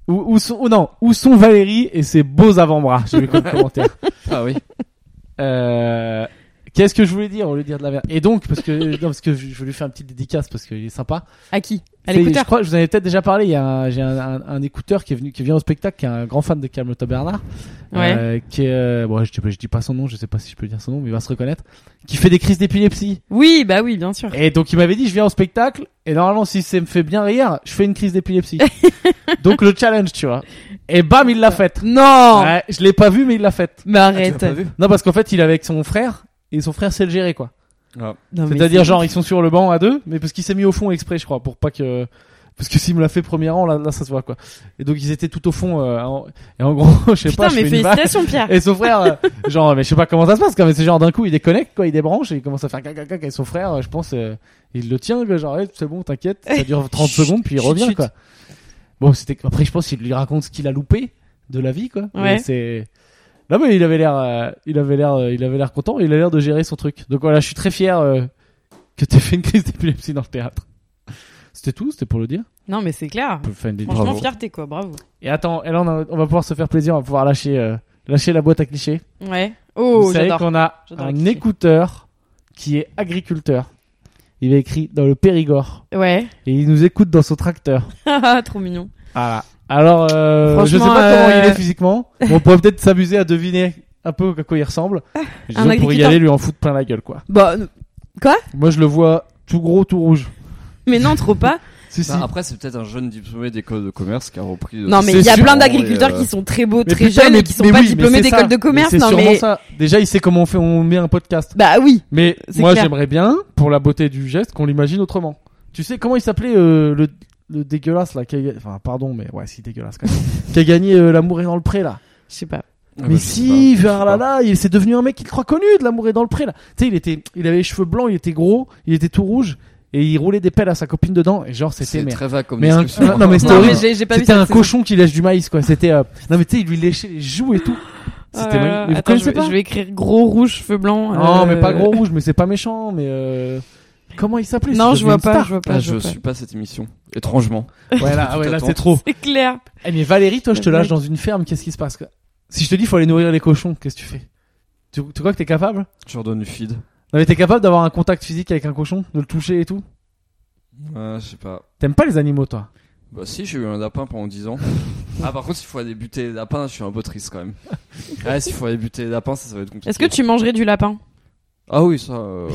A: Où, où sont, oh non, où sont Valérie et ses beaux avant-bras J'ai eu comme commentaire.
D: [LAUGHS] Ah oui.
A: Euh, Qu'est-ce que je voulais dire au lieu de dire de la merde Et donc, parce que, non, parce que je, je voulais lui faire une petite dédicace parce qu'il est sympa.
B: À qui À
A: C'est- Je
B: l'écouteur.
A: crois, je vous en avais peut-être déjà parlé. Il y a un- j'ai un, un- un écouteur qui est venu, qui vient au spectacle, qui est un grand fan de Calme-toi Bernard.
B: Ouais.
A: Euh, qui est, euh, bon, je, dis pas- je dis pas son nom, je sais pas si je peux dire son nom, mais il va se reconnaître. Qui fait des crises d'épilepsie.
B: Oui, bah oui, bien sûr.
A: Et donc il m'avait dit je viens au spectacle et normalement si ça me fait bien rire, je fais une crise
B: [LAUGHS]
A: d'épilepsie. donc le challenge, tu vois. Et bam, il l'a faite.
B: Non
A: Ouais, je l'ai pas vu mais il l'a faite.
B: Mais
D: Ah, tu l'as
B: arrête.
D: pas vu
A: Non parce qu'en fait, il est avec son frère et son frère sait le gérer quoi.
D: Ah.
B: Non, mais
A: C'est-à-dire genre ils sont sur le banc à deux mais parce qu'il s'est mis au fond exprès je crois pour pas que parce que s'il me l'a fait premier rang là, là ça se voit quoi. Et donc ils étaient tout au fond euh, en- et en gros, [LAUGHS] je sais
B: Putain,
A: pas, je
B: mais
A: fais une vanne.
B: félicitations,
A: [LAUGHS]
B: Pierre.
A: Et son frère, euh, genre, mais je sais pas comment ça se passe, quand même. C'est genre d'un coup, il déconnecte, quoi, il débranche et il commence à faire caca caca. Et son frère, euh, je pense, euh, il le tient, quoi, genre, Eh, c'est bon, t'inquiète, ça
B: [LAUGHS]
A: dure 30
B: Chut,
A: secondes, puis il
B: chut,
A: revient,
B: chut.
A: quoi. Bon, c'était, après, je pense, il lui raconte ce qu'il a loupé de la vie, quoi. Mais
B: Ouais.
A: C'est, non, mais il avait l'air, euh, il avait l'air, euh, il avait l'air content, il a l'air de gérer son truc. Donc voilà, je suis très fier euh, que t'aies fait une crise d'épilepsie dans le théâtre. C'était tout, c'était pour le dire.
B: Non, mais c'est clair.
A: On peut faire une dédicace.
B: Franchement,
D: bravo.
B: fierté, quoi. Bravo.
A: Et attends, et là, on, a- on va pouvoir se faire plaisir, on va pouvoir lâcher, euh, lâcher la boîte à clichés.
B: Ouais. Oh,
A: Vous savez
B: j'adore.
A: qu'on a
B: J'adore
A: un
B: écouter.
A: écouteur qui est agriculteur. Il est écrit dans le Périgord
B: Ouais. [LAUGHS]
A: et il nous écoute dans son tracteur.
B: Trop mignon.
A: Voilà. Alors, euh, je sais
B: Franchement,
A: pas comment
B: euh,
A: il est physiquement. On pourrait peut-être s'amuser à deviner un peu à quoi il ressemble. Je
B: [LAUGHS] un
A: pourrais y
B: agriculteur.
A: aller lui en foutre plein la gueule, quoi.
B: Bah,
A: Moi, je le vois tout gros, tout rouge.
B: mais non, trop pas.
A: Si, si.
D: Non, Bah, après, c'est peut-être un jeune diplômé d'école de commerce qui a repris. euh,
B: Non mais
A: C'est
B: il y a
A: sûr.
B: plein
D: Et,
B: d'agriculteurs
D: euh,
B: qui sont très beaux,
A: Mais
B: très
A: putain,
B: jeunes
A: mais-
B: et qui sont
A: mais
B: pas
A: oui, mais
B: diplômés
A: c'est ça.
B: d'école de commerce.
A: Mais c'est
B: non
A: sûrement
B: mais
A: ça. Déjà, il sait comment on fait, on met un podcast.
B: bah oui.
A: Mais
B: C'est
A: moi,
B: clair.
A: j'aimerais bien, pour la beauté du geste, qu'on l'imagine autrement. Tu sais comment il s'appelait euh, le, le dégueulasse là, qui a- enfin pardon, mais ouais, si dégueulasse quand même, [LAUGHS] qui a gagné euh, L'amour est dans le pré là.
B: Ah, bah, Je sais pas.
D: ah, bah,
A: mais si, Verlala, il s'est devenu un mec qui croit connu de L'amour est dans le pré là. Tu sais, il était, il avait les cheveux blancs, il était gros, il était tout rouge et il roulait des pelles à sa copine dedans et genre c'était
D: C'était
A: mais
D: très vague comme
A: mais un-
D: description.
A: non, mais c'était
B: Non, mais
A: horrible.
B: j'ai j'ai pas vu
A: c'était
B: ça.
A: un cochon qui lèche du maïs quoi. C'était euh, non mais tu sais, il lui léchait les joues et tout. C'était magnifique. Mais vous
B: Attends, je,
A: connaissez
B: vais-
A: pas
B: je vais écrire gros rouge cheveux blancs.
A: Non,
B: euh,
A: mais pas gros rouge, mais c'est pas méchant, mais euh, comment il s'appelait
B: Non,
A: c'est
B: je vois
A: devenu une
B: pas,
A: star.
B: je vois pas,
D: Ah,
B: je
D: je
B: vois pas.
D: suis pas cette émission, étrangement.
A: [LAUGHS] Ouais, là,
D: Tout
A: ouais, là,
D: attend.
A: c'est trop.
B: C'est clair.
A: Eh, mais Valérie, toi, je te
B: Le
A: lâche
B: mec.
A: dans une ferme, qu'est-ce qui se passe quoi Si je te dis, faut aller nourrir les cochons, qu'est-ce que tu fais tu, tu crois que t'es capable
D: Tu redonnes du feed.
A: Non, mais t'es capable d'avoir un contact physique avec un cochon, de le toucher et tout
D: Ouais, je sais pas.
A: T'aimes pas les animaux, toi
D: Bah si, j'ai eu un lapin pendant 10 ans. Ah par contre, s'il faut aller buter les lapins, je suis un peu triste quand même. Ouais, s'il faut aller buter les lapins, ça, ça va être compliqué.
B: Est-ce que tu mangerais du lapin
D: Ah oui, ça... euh,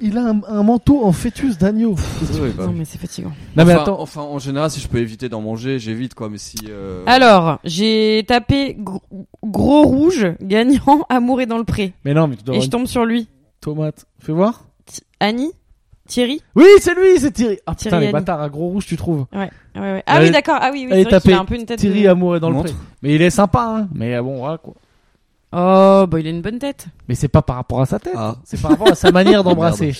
A: Il a un, manteau en fœtus d'agneau.
D: oui, bah
B: Non,
D: oui.
B: mais c'est fatigant.
A: Non, Ah, mais
D: enfin,
A: attends.
D: enfin, en général, si je peux éviter d'en manger, j'évite quoi, mais si... euh,
B: Ah. Alors, j'ai tapé gr- gros rouge gagnant [LAUGHS] amour est dans le pré
A: Mais non, mais tu dois
B: et
A: avoir
B: je
A: une
B: tombe sur lui.
A: tomate. Fais voir.
B: Thi- Annie Thierry
A: Oui, c'est lui, c'est Thierry. Ah putain,
B: Thierry
A: les
B: Agnew.
A: bâtards, à gros rouge, tu trouves.
B: Ouais, ouais. Ah
A: Allez-
B: oui, d'accord. Ah oui, oui,
A: allez
B: c'est vrai qu'il
A: taper
B: a un peu une tête.
A: Thierry
B: de-
A: amoureux dans le
D: Montre.
A: pré. Mais il est sympa, hein. Mais euh, bon, voilà quoi.
B: Oh, bah il a une bonne tête.
A: Mais c'est pas par rapport à sa tête.
D: Ah,
A: C'est par rapport à [LAUGHS] sa manière d'embrasser.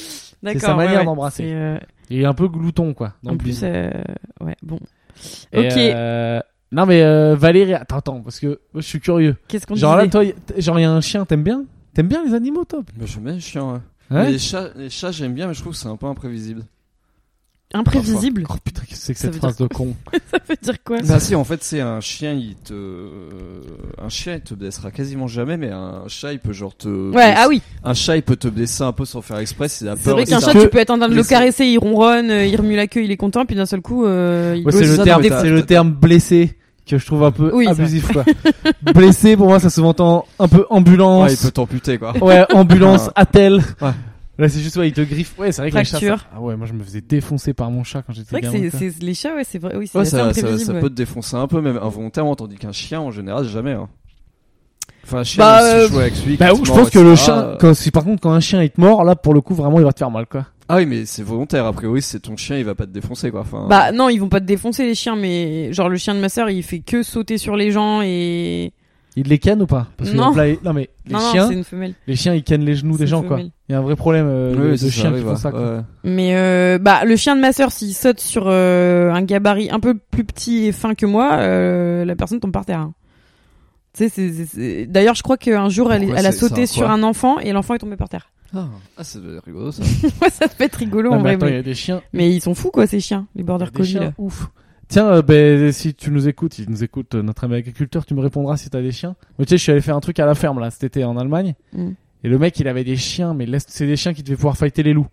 B: D'accord.
A: sa manière
B: ouais, ouais.
A: d'embrasser.
B: C'est, euh,
A: Il est un peu glouton, quoi. dans
B: En
A: le
B: plus,
A: bisou.
B: euh, ouais, bon.
A: Et,
B: ok.
A: euh, Non, mais euh, Valérie, attends, attends, parce que moi, je suis curieux.
B: Qu'est-ce qu'on
A: Genre là,
B: disait
A: toi, y- t- genre, il y a un chien, t'aimes bien T'aimes bien les animaux, toi
D: mais je mets chiant, ouais.
A: Hein
D: les chats, les chats j'aime bien, mais je trouve que c'est un peu imprévisible.
B: Imprévisible. [LAUGHS]
A: Oh putain, qu'est-ce que c'est que
B: Ça
A: cette
B: veut
A: phrase de con
B: Ça veut dire quoi
D: Bah si, en fait, c'est un chien, il te... euh, Un chien, il te blessera quasiment jamais, mais un chat, il peut genre te...
B: Ouais, ah oui.
D: Un chat, il peut te blesser un peu sans faire exprès, c'est la
B: C'est
D: peur.
B: vrai
D: et
B: qu'un
D: ça.
B: chat,
A: que-
B: tu peux être en train de le
D: Blessé.
B: caresser, il ronronne, euh, il remue la queue, il est content, puis d'un seul coup, euh, il
A: Ouais, c'est
D: c'est
A: le
D: ça,
A: terme,
D: non, mais t'as-
A: c'est le terme blessé que je trouve un peu
B: Oui, ça.
A: abusif,
B: [LAUGHS]
A: quoi. blessé, pour moi, ça s'entend un peu ambulance.
D: Ouais, il peut t'amputer, quoi.
A: Ouais, ambulance,
D: Ouais.
A: attel.
D: Ouais.
A: Là, c'est juste, ouais, il te griffe. Ouais, c'est vrai que les chats,
B: Fracture.
A: ça- Ah ouais, moi, je me faisais défoncer par mon chat quand j'étais
B: C'est vrai que
A: gamin, quoi.
B: c'est, c'est- les chats, ouais, c'est vrai. Oui, c'est
D: Ouais,
B: assez
D: ça, ça,
B: imprévisible.
D: ça
B: ouais.
D: peut te défoncer un peu, même involontairement, tandis qu'un chien, en général, jamais. Hein. Enfin, un chien,
B: Bah,
D: même si
B: euh,
D: je joue avec lui.
A: Bah,
D: quand il
A: je
D: mord,
A: pense que le
D: etc.,
A: chien,
D: euh,
A: quand, si par contre, quand un chien, il te mord, là, pour le coup, vraiment, il va te faire mal, quoi.
D: Ah oui, mais c'est volontaire. A priori, c'est ton chien, il va pas te défoncer, quoi. Enfin,
B: Bah non, ils vont pas te défoncer les chiens, mais genre le chien de ma sœur, il fait que sauter sur les gens et
A: Il les canne ou pas Parce que
B: Non.
A: là, il- non mais les
B: non,
A: chiens,
B: non, c'est une femelle.
A: les chiens ils cannent les genoux
B: C'est
A: des gens
B: une
A: quoi.
B: femelle.
A: Il y a un vrai problème euh,
D: oui,
A: de-
D: ça,
A: de
D: ça
A: chiens qui
D: arrive,
A: font ça.
D: ouais.
A: Quoi.
D: Ouais.
B: Mais euh, bah le chien de ma sœur, s'il saute sur euh, un gabarit un peu plus petit et fin que moi, euh, la personne tombe par terre. hein. Tu sais, c'est- c'est- c'est- D'ailleurs, je crois qu'un jour, elle,
D: Pourquoi
B: elle a
D: c'est ça,
B: sauté sur
D: quoi
B: un enfant et l'enfant est tombé par terre. [LAUGHS]
D: Ah, c'est rigolo ça.
B: Ouais, ça peut être rigolo
A: Non,
B: en
A: Ah, mais
B: vrai.
A: attends, il y
B: mais...
A: a des chiens,
B: mais ils sont fous quoi ces chiens, les
A: il y
B: border
A: a des
B: collies.
A: chiens
B: là.
A: ouf. Tiens, euh, ben, si tu nous écoutes, il nous écoute euh, notre ami agriculteur, tu me répondras si t'as des chiens. Mais tu sais, je suis allé faire un truc à la ferme là cet été en Allemagne.
B: Mm.
A: Et le mec, il avait des chiens, mais laisse- c'est des chiens qui devaient pouvoir fighter les loups.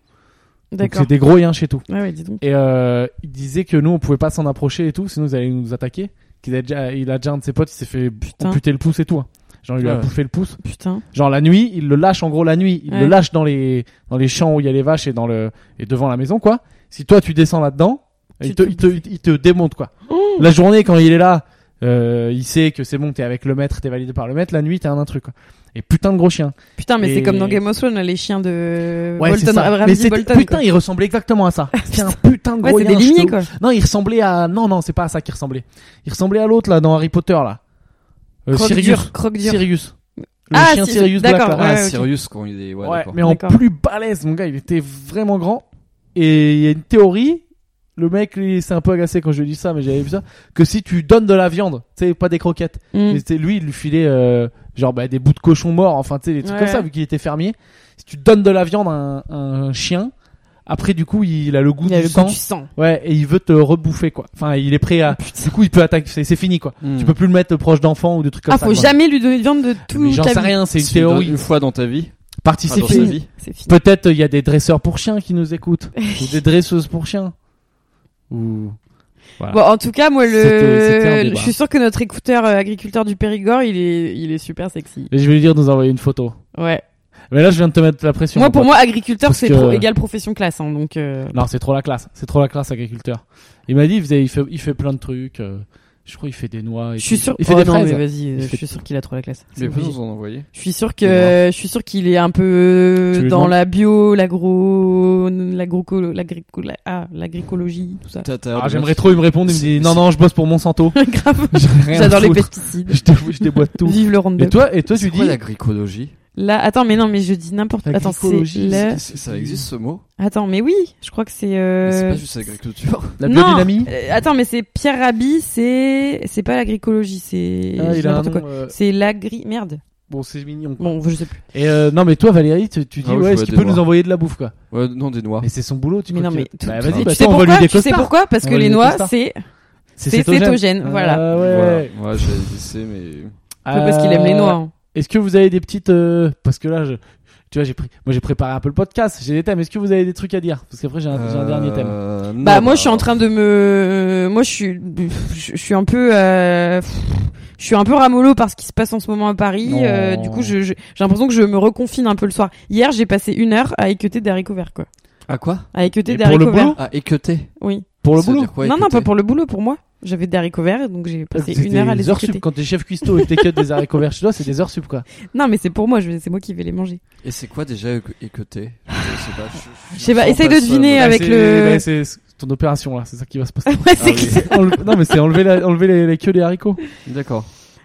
A: Donc
B: D'accord.
A: c'est des gros chiens chez tout.
B: Ouais, ouais, dis donc.
A: Et euh, il disait que nous, on pouvait pas s'en approcher et tout, sinon ils allaient nous attaquer. Qu'il a déjà, il a déjà un de ses potes, il s'est fait
B: Putain.
A: amputer le pouce et tout. hein. Genre, il lui a
D: Ouais.
A: bouffé le pouce.
B: Putain.
A: Genre la nuit, il le lâche en gros la nuit, il
B: Ouais.
A: le lâche dans les dans les champs où il y a les vaches et dans le et devant la maison quoi. Si toi tu descends là-dedans,
B: Tu
A: il te,
B: te Oh.
A: il te il te démonte quoi. La journée quand il est là, euh, il sait que c'est bon, t'es avec le maître, t'es validé par le maître. La nuit t'es un intrus quoi. Et putain de gros chien.
B: Putain, mais
A: Et-
B: c'est comme dans Game of Thrones, là, les chiens de
A: Ouais, c'est
B: Euh, Bolton,
A: ça.
B: Ramsay
A: Mais c'était-
B: Bolton.
A: putain,
B: quoi.
A: il ressemblait exactement à
B: [LAUGHS]
A: ça. c'est un putain de
B: Ouais,
A: gros
B: c'est des
A: lien, je te-
B: lignées quoi.
A: Non, il ressemblait à non non, c'est pas à ça qu'il ressemblait. Il ressemblait à l'autre là dans Harry Potter là. Euh,
B: Croque
A: Sirius.
B: dur, croque dur.
A: Sirius. Le
B: Ah,
A: chien
B: si-
A: Sirius Black
B: d'accord,
A: là.
B: ouais,
D: ah,
B: ouais, ok.
D: Sirius, quand il est. Ouais,
A: Ouais,
D: d'accord.
A: mais en
B: D'accord.
A: plus balèze, mon gars, il était vraiment grand. Et il y a une théorie, le mec, il s'est un peu agacé quand je lui ai dit ça, mais j'avais vu ça, que si tu donnes de la viande, tu sais, pas des croquettes,
B: Mm.
A: mais c'était lui, il lui filait euh, genre bah, des bouts de cochon mort, enfin, tu sais, des trucs
B: Ouais.
A: comme ça, vu qu'il était fermier. Si tu donnes de la viande à un, à un chien, après, du coup, il a le goût
B: Il a
A: du
B: le
A: sang, Ah,
B: goût du sang. Ah,
A: ouais, et il veut te rebouffer, quoi. Enfin, il est prêt à. Du coup, il peut attaquer, c'est c'est fini, quoi.
D: Hmm.
A: Tu peux plus le mettre proche d'enfants ou de trucs comme
B: Ah,
A: ça.
B: faut
A: quoi.
B: jamais lui donner de viande de tout
A: Mais j'en
B: ta
A: sais
B: vie.
A: rien, c'est une
D: Si tu le donnes
A: théorie.
D: Une fois dans ta vie.
A: Participe.
D: Dans sa
B: fini.
D: vie.
B: C'est fini.
A: Peut-être il y a des dresseurs pour chiens qui nous
B: [LAUGHS]
A: écoutent. ou des dresseuses pour chiens. Ou...
B: Bon, en tout cas, moi,
A: Ah. C'était- c'était un
B: le,
A: débat.
B: je suis sûr que notre écouteur euh, agriculteur du Périgord, il est, il est super sexy.
A: Et je vais lui dire de nous envoyer une photo.
B: Ouais.
A: Mais là, je viens de te mettre la pression.
B: Moi,
A: mon
B: pour
A: pote.
B: moi, agriculteur,
A: Parce
B: c'est
A: que-
B: pro- égal profession classe, hein, donc. euh,
A: Non, c'est trop la classe. C'est trop la classe, agriculteur. Il m'a dit, il, faisait- il fait, il fait plein de trucs. euh, Je crois qu'il fait des noix. Et
B: Je suis
A: tout.
B: sûr.
A: Il fait
B: Oh
A: des
B: non,
A: fraises.
B: mais vas-y, euh,
A: Il
B: je
A: fait-
B: suis sûr qu'il a trop la classe.
D: Les
B: C'est
D: peut
B: obligé.
D: nous en envoyer.
B: Je suis sûr que
A: On verra.
B: je suis sûr qu'il est un
A: Tu
B: peu
A: lui
B: dans
A: demandes
B: la bio, l'agro, l'agricolo, l'agricolo, ah, l'agricologie, tout ça. [LAUGHS]
D: T'as- t'as-
A: Ah, j'aimerais trop il me répondre. Il me dit non non, je bosse pour Monsanto.
B: Grave.
A: J'ai rien à
B: J'adore les
A: foutre.
B: pesticides.
A: [LAUGHS] Je dé- je déboîte tout.
B: Vive le
A: Et
B: Roundup.
A: toi et toi tu
D: C'est
A: dis
D: quoi l'agricologie
B: Là, attends, mais non, mais je dis n'importe. Attends, c'est
A: L'agricologie,
B: le.
D: C'est- c'est- Ça existe ce mot
B: Attends, mais oui, je crois que c'est. euh,
D: Mais C'est pas juste agriculture.
B: [LAUGHS]
A: la
B: non,
A: biodynamie.
B: euh, attends, mais c'est Pierre Rabhi, c'est c'est pas l'agricologie, c'est
A: Ah,
B: je dis
A: il a un
B: n'importe
A: nom,
B: quoi.
A: euh,
B: C'est l'agri merde.
A: Bon, c'est mignon.
B: Bon, je sais plus.
A: Et euh, non, mais toi, Valérie, tu, tu dis
D: Ah ouais,
A: ouais,
D: je
A: est-ce
D: vois
A: qu'il
D: des
A: peut
D: noix.
A: nous envoyer de la bouffe quoi
D: Ouais, non, des noirs.
A: Mais c'est son boulot, tu
B: Mais non, mais
A: cocottes.
B: tout-
A: Bah,
B: tout-
A: vas-y,
B: et
A: bah,
B: tu sais
A: attends, on va
B: pourquoi
A: lui des
B: Tu sais
A: costards.
B: pourquoi Parce
A: On
B: que
A: va lui
B: les
A: des
B: noix,
A: costards.
B: c'est c'est
A: C'est cétogène.
B: cétogène, voilà.
A: Ah
D: Voilà.
A: ouais. Euh,
D: Ouais, j'avais laissé, mais.
B: Pas parce qu'il aime les noix. hein.
A: Est-ce que vous avez des petites euh, parce que là je tu vois j'ai pris moi j'ai préparé un peu le podcast, j'ai des thèmes. Est-ce que vous avez des trucs à dire Parce qu'après j'ai un,
B: Ah,
A: j'ai un dernier thème.
D: Euh, non,
B: Bah moi je suis en train de me moi je suis je je suis un peu euh, je suis un peu ramolo par ce qui se passe en ce moment à Paris
A: Non.
B: euh, du coup je je- j'ai l'impression que je me reconfine un peu le soir. Hier, j'ai passé une heure à équeuter des haricots verts quoi.
D: À quoi
B: À équeuter
A: Et
B: des
A: pour le
B: haricots verts.
A: boulot
D: À équeuter.
B: Oui.
A: Pour le
D: Ça veut
A: boulot.
D: dire quoi,
B: non non,
D: équeuter
B: pas pour le boulot pour moi. J'avais des haricots verts donc j'ai passé
A: C'était
B: une heure à les
A: des heures sup
B: équeuter.
A: quand t'es chef cuistot et que t'es cut des haricots verts chez toi, c'est des heures sup quoi.
B: Non mais c'est pour moi, je- c'est moi qui vais les manger.
D: Et c'est quoi déjà éque- équeuter Je sais pas. je-
B: Je sais pas,
D: sens
B: essaye de
D: ça,
B: deviner
D: moi.
B: avec
A: c'est-
B: le-
A: bah, c'est ton opération là, c'est ça qui va se
B: [LAUGHS]
A: passer.
B: [LAUGHS] Ouais, c'est
D: Ah
B: clair.
D: oui.
A: Enle- Non mais c'est enlever la- enlever les, les queues des haricots.
B: euh.
D: D'accord.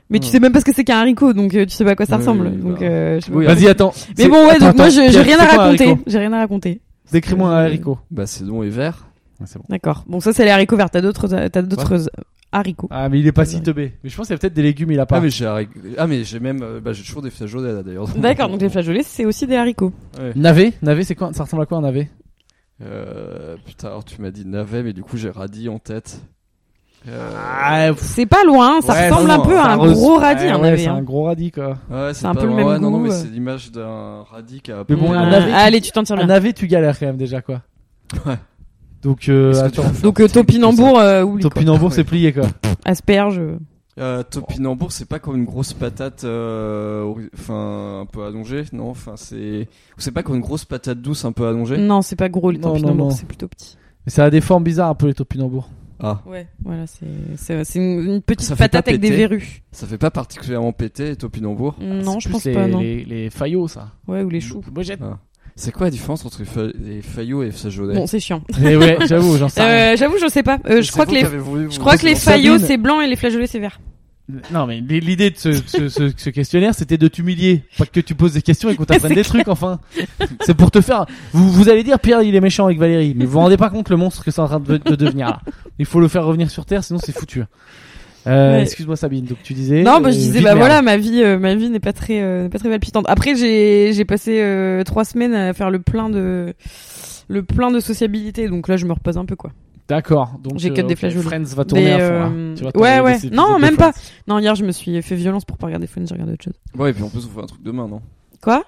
B: Mais tu sais même pas ce que c'est qu'un haricot donc euh, tu sais pas à quoi ça
D: Oui,
B: ressemble
D: oui,
B: donc
D: bah.
B: euh, je sais
D: Oui,
B: pas.
A: Vas-y attends.
B: Mais
A: C'est-
B: bon ouais
A: attends,
B: donc moi
A: attends,
B: je- j'ai
A: Pierre,
B: rien
A: c'est
B: à
A: quoi un
B: raconter,
A: haricot
B: j'ai rien à raconter.
A: Décris-moi un haricot.
D: Bah, c'est long et vert.
A: Ouais, c'est bon.
B: D'accord. Bon, ça, c'est les haricots verts. T'as d'autres, t'as d'autres haricots.
A: Ah mais il est pas si teubé. Mais je pense qu'il y a peut-être des légumes il a pas.
D: Ah, mais j'ai arrêt- ah, mais j'ai même. euh, Bah, j'ai toujours des flageolets là
A: Ah.
D: d'ailleurs.
B: [LAUGHS] D'accord. Donc les flageolets, c'est aussi des haricots.
D: Ouais.
A: Navet, navet c'est quoi Ça ressemble à quoi un navet
D: [LAUGHS] Euh, putain, alors tu m'as dit navet, mais du coup j'ai radis en tête. Euh,
A: Ah,
B: C'est pas loin. hein, Ça
D: Ouais,
B: ressemble un
D: non,
B: peu
D: ça
B: à un
A: res-
B: gros radis,
A: Ouais,
B: un
A: ouais,
B: navet,
A: c'est
B: hein.
A: un gros radis quoi.
D: Ouais, c'est
B: un
D: pas
B: peu le
D: loin.
B: même
D: Ouais, non, non,
B: goût,
D: mais
B: euh.
D: c'est l'image d'un radis qui a.
A: Mais bon, un
B: Euh,
A: navet-
B: Allez, tu t'en tires
A: Un
B: bien.
A: navet tu galères quand même déjà quoi.
D: Ouais.
A: Donc euh,
D: Qu'est-ce que tu
A: attends.
D: vas faire
B: Donc euh, topinambour, euh, oublie quoi.
A: Topinambour
D: Ouais.
A: c'est plié quoi.
B: Asperge. euh.
D: Euh, topinambour, c'est pas comme une grosse patate, euh, ori- enfin un peu allongée, non Enfin, c'est, ou c'est pas comme une grosse patate douce un peu allongée
B: Non, c'est pas gros les
A: Non, non,
B: topinambours.
A: non.
B: C'est plutôt petit.
A: Mais ça a des formes bizarres un peu les topinambours.
D: Ah,
B: Ouais. Voilà, c'est c'est c'est une, une petite
D: Ça fait
B: patate
D: pas
B: avec des
D: péter. Ah,
B: verrues.
D: ça fait pas particulièrement péter topinambour.
B: Non,
A: C'est
B: je
A: plus
B: pense
A: les,
B: pas. Non.
A: Les, les faillots ça.
B: Ouais, ou les choux.
A: Moi j'ai-
D: Ah. C'est quoi la différence entre les, fa- les faillots et les flageolets
B: Bon, c'est chiant.
A: Mais ouais, j'avoue, j'en
B: [LAUGHS]
A: sais rien.
B: Euh, J'avoue, je sais pas. Euh,
D: C'est
B: je crois
D: vous
B: que les
D: qui avez voulu
B: je
D: vous-
B: crois que les
A: Sabine-
B: faillots c'est blanc et les flageolets c'est vert.
A: Non mais l'idée de ce, ce, ce- ce questionnaire c'était de t'humilier, pas que tu poses des questions et qu'on t'apprenne
B: C'est
A: des trucs enfin. C'est pour te faire. Vous, vous allez dire Pierre il est méchant avec Valérie, mais vous vous rendez pas compte le monstre que c'est en train de, de devenir. là. Il faut le faire revenir sur terre sinon c'est foutu. hein. Euh,
B: Ouais.
A: Excuse-moi Sabine, donc tu disais.
B: Non, bah, je
A: euh,
B: disais,
A: vie de
B: bah
A: merde.
B: voilà, ma vie, euh, ma vie n'est pas très, euh, n'est pas très palpitante. Après, j'ai, j'ai passé euh, trois semaines à faire le plein de, le plein de sociabilité. Donc là, je me repose un peu, quoi.
A: D'accord. Donc
B: J'ai
A: euh,
B: que des
A: ok,
B: flageolets.
A: Friends va tourner
B: Mais,
A: à fond.
B: euh,
A: là. Tu vas
B: ouais,
A: tourner
B: ouais.
A: des
B: Non,
A: épisodes de
B: même pas.
A: Friends.
B: Non, hier, je me suis fait violence pour pas regarder Friends, j'ai regardé autre chose.
D: Ouais, et puis en plus on fait un truc demain, non
B: Quoi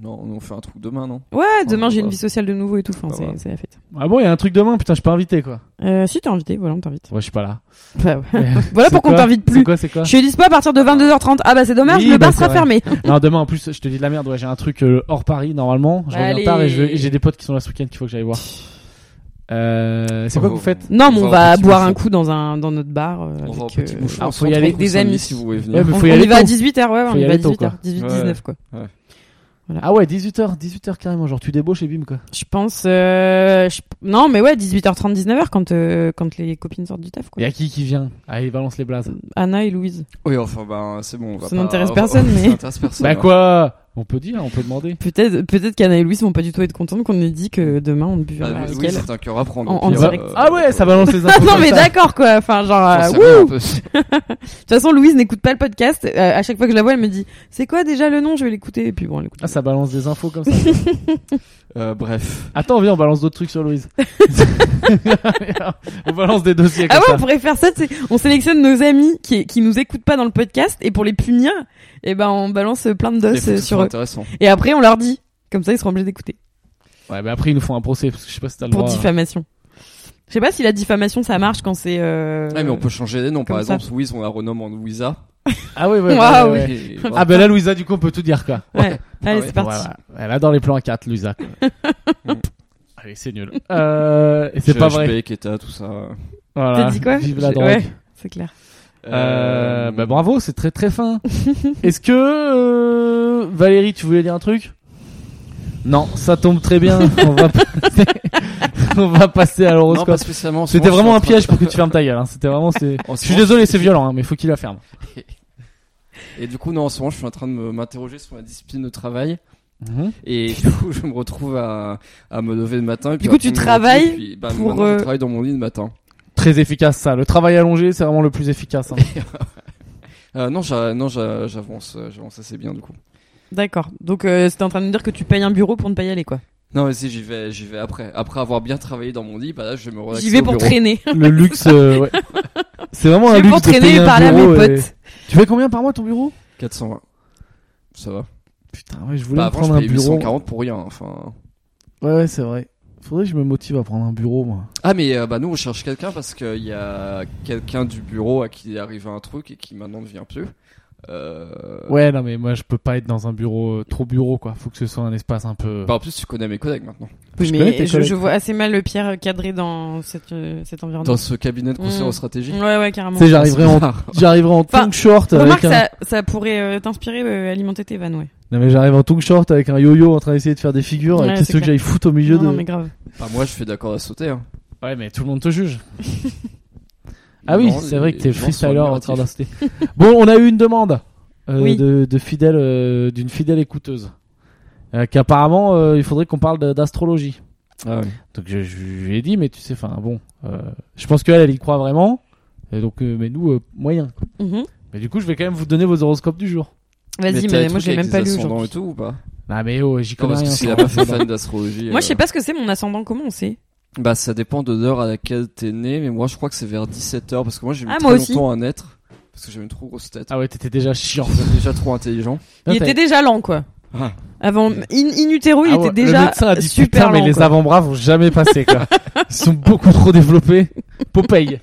D: Non, on fait un truc demain, non
B: Ouais, demain,
D: bah,
B: j'ai une
D: bah.
B: vie sociale de nouveau et tout. Enfin,
D: Bah,
B: c'est,
D: voilà.
B: c'est la fête.
A: Ah bon, il y a un truc demain. Putain, je suis pas invité quoi.
B: Euh, si t'es invité, voilà, on t'invite.
A: Ouais, je suis pas là.
D: Bah
B: Enfin, ouais.
A: Mais
B: [LAUGHS] voilà
A: c'est
B: pourquoi on
A: quoi
B: t'invite
A: C'est
B: plus.
A: quoi, c'est quoi
B: Je suis dispo à partir de 22h30. Ah bah c'est dommage,
A: Oui,
B: le
A: bah,
B: bar
A: c'est
B: sera
A: vrai.
B: fermé.
A: Non, demain en plus, je te dis de la merde. Ouais, j'ai un truc euh, hors Paris normalement. Je
B: Bah,
A: reviens
B: allez.
A: tard et je vais- et j'ai des potes qui sont là ce week-end qu'il faut que j'aille voir. Euh, c'est quoi que vous faites
B: Non, mais on
D: Oh. va au
B: va
D: petit
B: boire
D: bouchon.
B: un coup dans un, dans notre bar. euh,
D: On va au
B: avec,
D: petit
B: euh,
D: bouchon.
A: alors,
D: on
A: faut
D: se
A: y
D: retrouve
A: aller.
B: Des
D: samedi
B: amis.
D: si vous voulez
A: Ouais,
D: venir.
A: mais
B: on,
A: faut y
B: on
A: aller
B: y va à
A: tôt.
B: 18h, ouais,
A: Faut
B: on
A: y
B: y va à
A: aller tôt,
B: 18h. 18-19, quoi.
A: Ah ouais, 18h, 18h carrément. Genre, tu débauches et bim quoi.
B: Je pense. euh, je- Non, mais ouais, 18h30, 19h quand, euh, quand les copines sortent du taf.
A: Et
B: Quoi.
A: à qui qui vient Allez, balance les blazes.
B: Anna et Louise.
D: Oui, enfin, bah, c'est bon. on va
B: Ça
D: pas-
B: n'intéresse
D: on-
B: personne, mais-
D: [LAUGHS] Ça n'intéresse personne.
A: Bah
D: hein.
A: quoi On peut dire, on peut demander.
B: Peut-être peut-être qu'Anna et Louise vont pas du tout être contentes qu'on ait dit que demain on buvait
D: Bah,
B: avec
D: oui,
B: elles.
D: c'est un cœur à prendre.
B: En-
D: au
B: en
D: pire,
B: direct.
D: euh,
A: Ah ouais, ça Ah,
D: euh,
A: balance les infos.
B: [LAUGHS] non,
A: comme
B: mais
A: ça.
B: d'accord, quoi. Enfin, genre.
D: j'en
B: euh,
D: sais
B: wouh.
D: rien, un
B: De
D: peu.
B: toute façon, Louise n'écoute pas le podcast. Euh, à chaque fois que je la vois, elle me dit C'est quoi déjà le nom Je vais l'écouter. Et puis bon, elle écoute.
A: Ah, ça balance des infos comme ça.
D: Euh, bref.
A: Attends, viens, on balance d'autres trucs sur Louise. [LAUGHS] on balance des dossiers
B: Ah
A: comme
B: ouais, on
A: ça.
B: pourrait faire ça, tu sais. On sélectionne nos amis qui, qui nous écoutent pas dans le podcast et pour les punir, eh ben, on balance plein de
D: Les
B: dos euh,
D: photos sont
B: sur eux.
D: intéressantes.
B: Et après, on leur dit. Comme ça, ils seront obligés d'écouter.
A: Ouais, mais après, ils nous font un procès parce que je sais pas si t'as le
B: pour
A: droit.
B: diffamation. Je sais pas si la diffamation ça marche quand c'est. Euh...
D: Ah, mais on peut changer les noms. Par
B: comme ça.
D: exemple, Louise, on la renomme en Louisa.
A: Ah ouais, ouais, ouais,
B: Ah
A: ouais,
B: oui.
A: ouais.
B: [LAUGHS]
D: Et
A: Ah
D: voilà.
A: ben là, Louisa, du coup, on peut tout dire quoi.
B: Ouais. Allez,
D: ouais.
B: c'est parti.
A: Voilà. Elle adore les plans à 4,
B: [LAUGHS]
A: Louisa. quoi. Allez, c'est nul. Euh, et c'est
D: J'ai
A: pas vrai.
D: HP, Keta, tout ça.
A: Voilà.
B: T'as dit quoi
A: Vive la
B: J'ai-
A: drogue.
B: Ouais, c'est clair.
A: Euh, bah bravo, c'est très très
B: [LAUGHS]
A: fin. Est-ce que euh, Valérie, tu voulais dire un truc Non, ça tombe très
B: [LAUGHS]
A: bien. On va passer, [LAUGHS] on va passer à
D: Euh, non,
A: l'horoscope.
D: pas spécialement. en ce
A: C'était
D: moment,
A: vraiment un
D: je suis en
A: piège
D: train
A: pour que tu fermes ta gueule. Hein. C'était vraiment.
D: [LAUGHS]
A: c'est-
D: de- [LAUGHS] en ce
A: Je suis
D: moment,
A: désolé, c'est violent, hein, mais faut qu'il la ferme.
D: Et du coup, non, en ce moment, je suis en train de me- m'interroger sur ma discipline de travail.
A: [LAUGHS]
D: Et du coup, je me retrouve à, à me lever le matin. Et puis
B: Du coup,
D: à
B: tu
D: prendre mon
B: travailles
D: petit, puis, bah,
B: pour,
D: maintenant,
B: euh,
D: Je travaille dans mon lit le matin.
A: Très efficace ça. Le travail allongé, c'est vraiment le plus efficace. hein.
D: Euh, non, j'a- non, j'a- j'avance, euh, j'avance assez bien du coup.
B: D'accord. Donc euh, c'était en train de me dire que tu payes un bureau pour ne pas y aller quoi.
D: Non, mais si, j'y vais, j'y vais après. Après avoir bien travaillé dans mon lit, bah là, je vais me relaxer.
B: J'y vais
D: au
B: pour
D: bureau.
B: traîner.
A: Le luxe. euh, ouais. C'est vraiment
B: Je
A: Oh, un
B: vais
A: luxe.
B: pour
A: de payer
B: traîner et
A: un
B: parler à mes
A: bureau et-
B: potes.
A: Tu fais combien par mois ton bureau
D: 420. Ça va.
A: Putain, ouais, je voulais
D: Bah,
A: me
D: avant, je
A: prendre un
D: payais
A: bureau.
D: 840 pour rien. Enfin.
A: Ouais, ouais, c'est vrai. Faudrait que je me motive à prendre un bureau, moi.
D: Ah, mais euh, bah nous, on cherche quelqu'un parce qu'il y a quelqu'un du bureau à qui il est arrivé un truc et qui maintenant ne vient plus. Euh...
A: Ouais, non, mais moi, je peux pas être dans un bureau, euh, trop bureau, quoi. Faut que ce soit un espace un peu.
D: Bah, en plus, tu connais mes collègues maintenant.
B: Oui,
A: Je connais tes
B: mais je,
A: collègues.
B: je vois assez mal le Pierre cadré dans cette, euh, cet environnement.
D: Dans ce cabinet de conseil
B: Mm.
D: en stratégie.
B: Ouais, ouais, carrément.
A: Tu sais, j'arriverai en,
D: Ah,
A: j'arriverai en
B: Enfin,
A: tongue short avec
B: Remarque,
A: un.
B: ça, ça pourrait euh, t'inspirer, euh, alimenter tes vannes, ouais.
A: Non, mais j'arrive en tongue short avec un yo-yo en train d'essayer de faire des figures.
B: Ouais,
A: et Qu'est-ce
B: c'est
A: que
B: clair.
A: j'aille foutre au milieu
B: Non,
A: de.
B: non, mais grave.
D: Bah, moi, je fais d'accord à sauter. Hein.
A: Ouais, mais tout le monde te juge. ah oui,
D: Non,
A: c'est
D: les-
A: vrai que t'es
D: les
A: le
D: gens sont
A: freestyler en train
D: admiratifs.
A: d'inciter. [LAUGHS] bon, on a eu une demande euh,
B: Oui.
A: de, de fidèle, euh, d'une fidèle écouteuse. Euh, Qu'apparemment, euh, il faudrait qu'on parle de- d'astrologie.
D: Ah, oui.
A: Donc je, je lui ai dit, mais tu sais, enfin bon, euh, je pense qu'elle, elle y croit vraiment. Et donc, euh, mais nous, euh, moyen.
B: Mhm.
A: Mais du coup, je vais quand même vous donner vos horoscopes du jour.
B: Vas-y, mais,
D: t'as des
B: moi,
D: trucs
B: je l'ai
D: avec
B: même pas
D: des
B: lu
D: ascendants
B: aujourd'hui.
D: et tout ou pas
A: Ah mais oh, j'y connais
D: Non, parce que
A: rien.
D: s'il
A: ça.
D: a pas fait fan d'astrologie.
B: Moi, je sais
D: euh,
B: pas ce que c'est mon ascendant, comment on sait
D: Bah, ça dépend de l'heure à laquelle t'es né, mais moi, je crois que c'est vers 17h parce que moi, j'ai mis
B: Ah, moi
D: très
B: aussi.
D: longtemps à naître parce que j'avais une trop grosse tête.
A: Ah ouais, t'étais déjà chiant.
D: J'étais déjà trop intelligent.
B: Il était déjà lent, quoi.
D: Ah.
B: Avant, in, in utero, il
A: Ah ouais,
B: était
A: le
B: déjà
A: médecin a dit,
B: super
A: putain, mais
B: lent.
A: les
B: quoi.
A: avant-bras vont jamais passer quoi.
B: [LAUGHS]
A: Ils sont beaucoup trop développés. Popeye.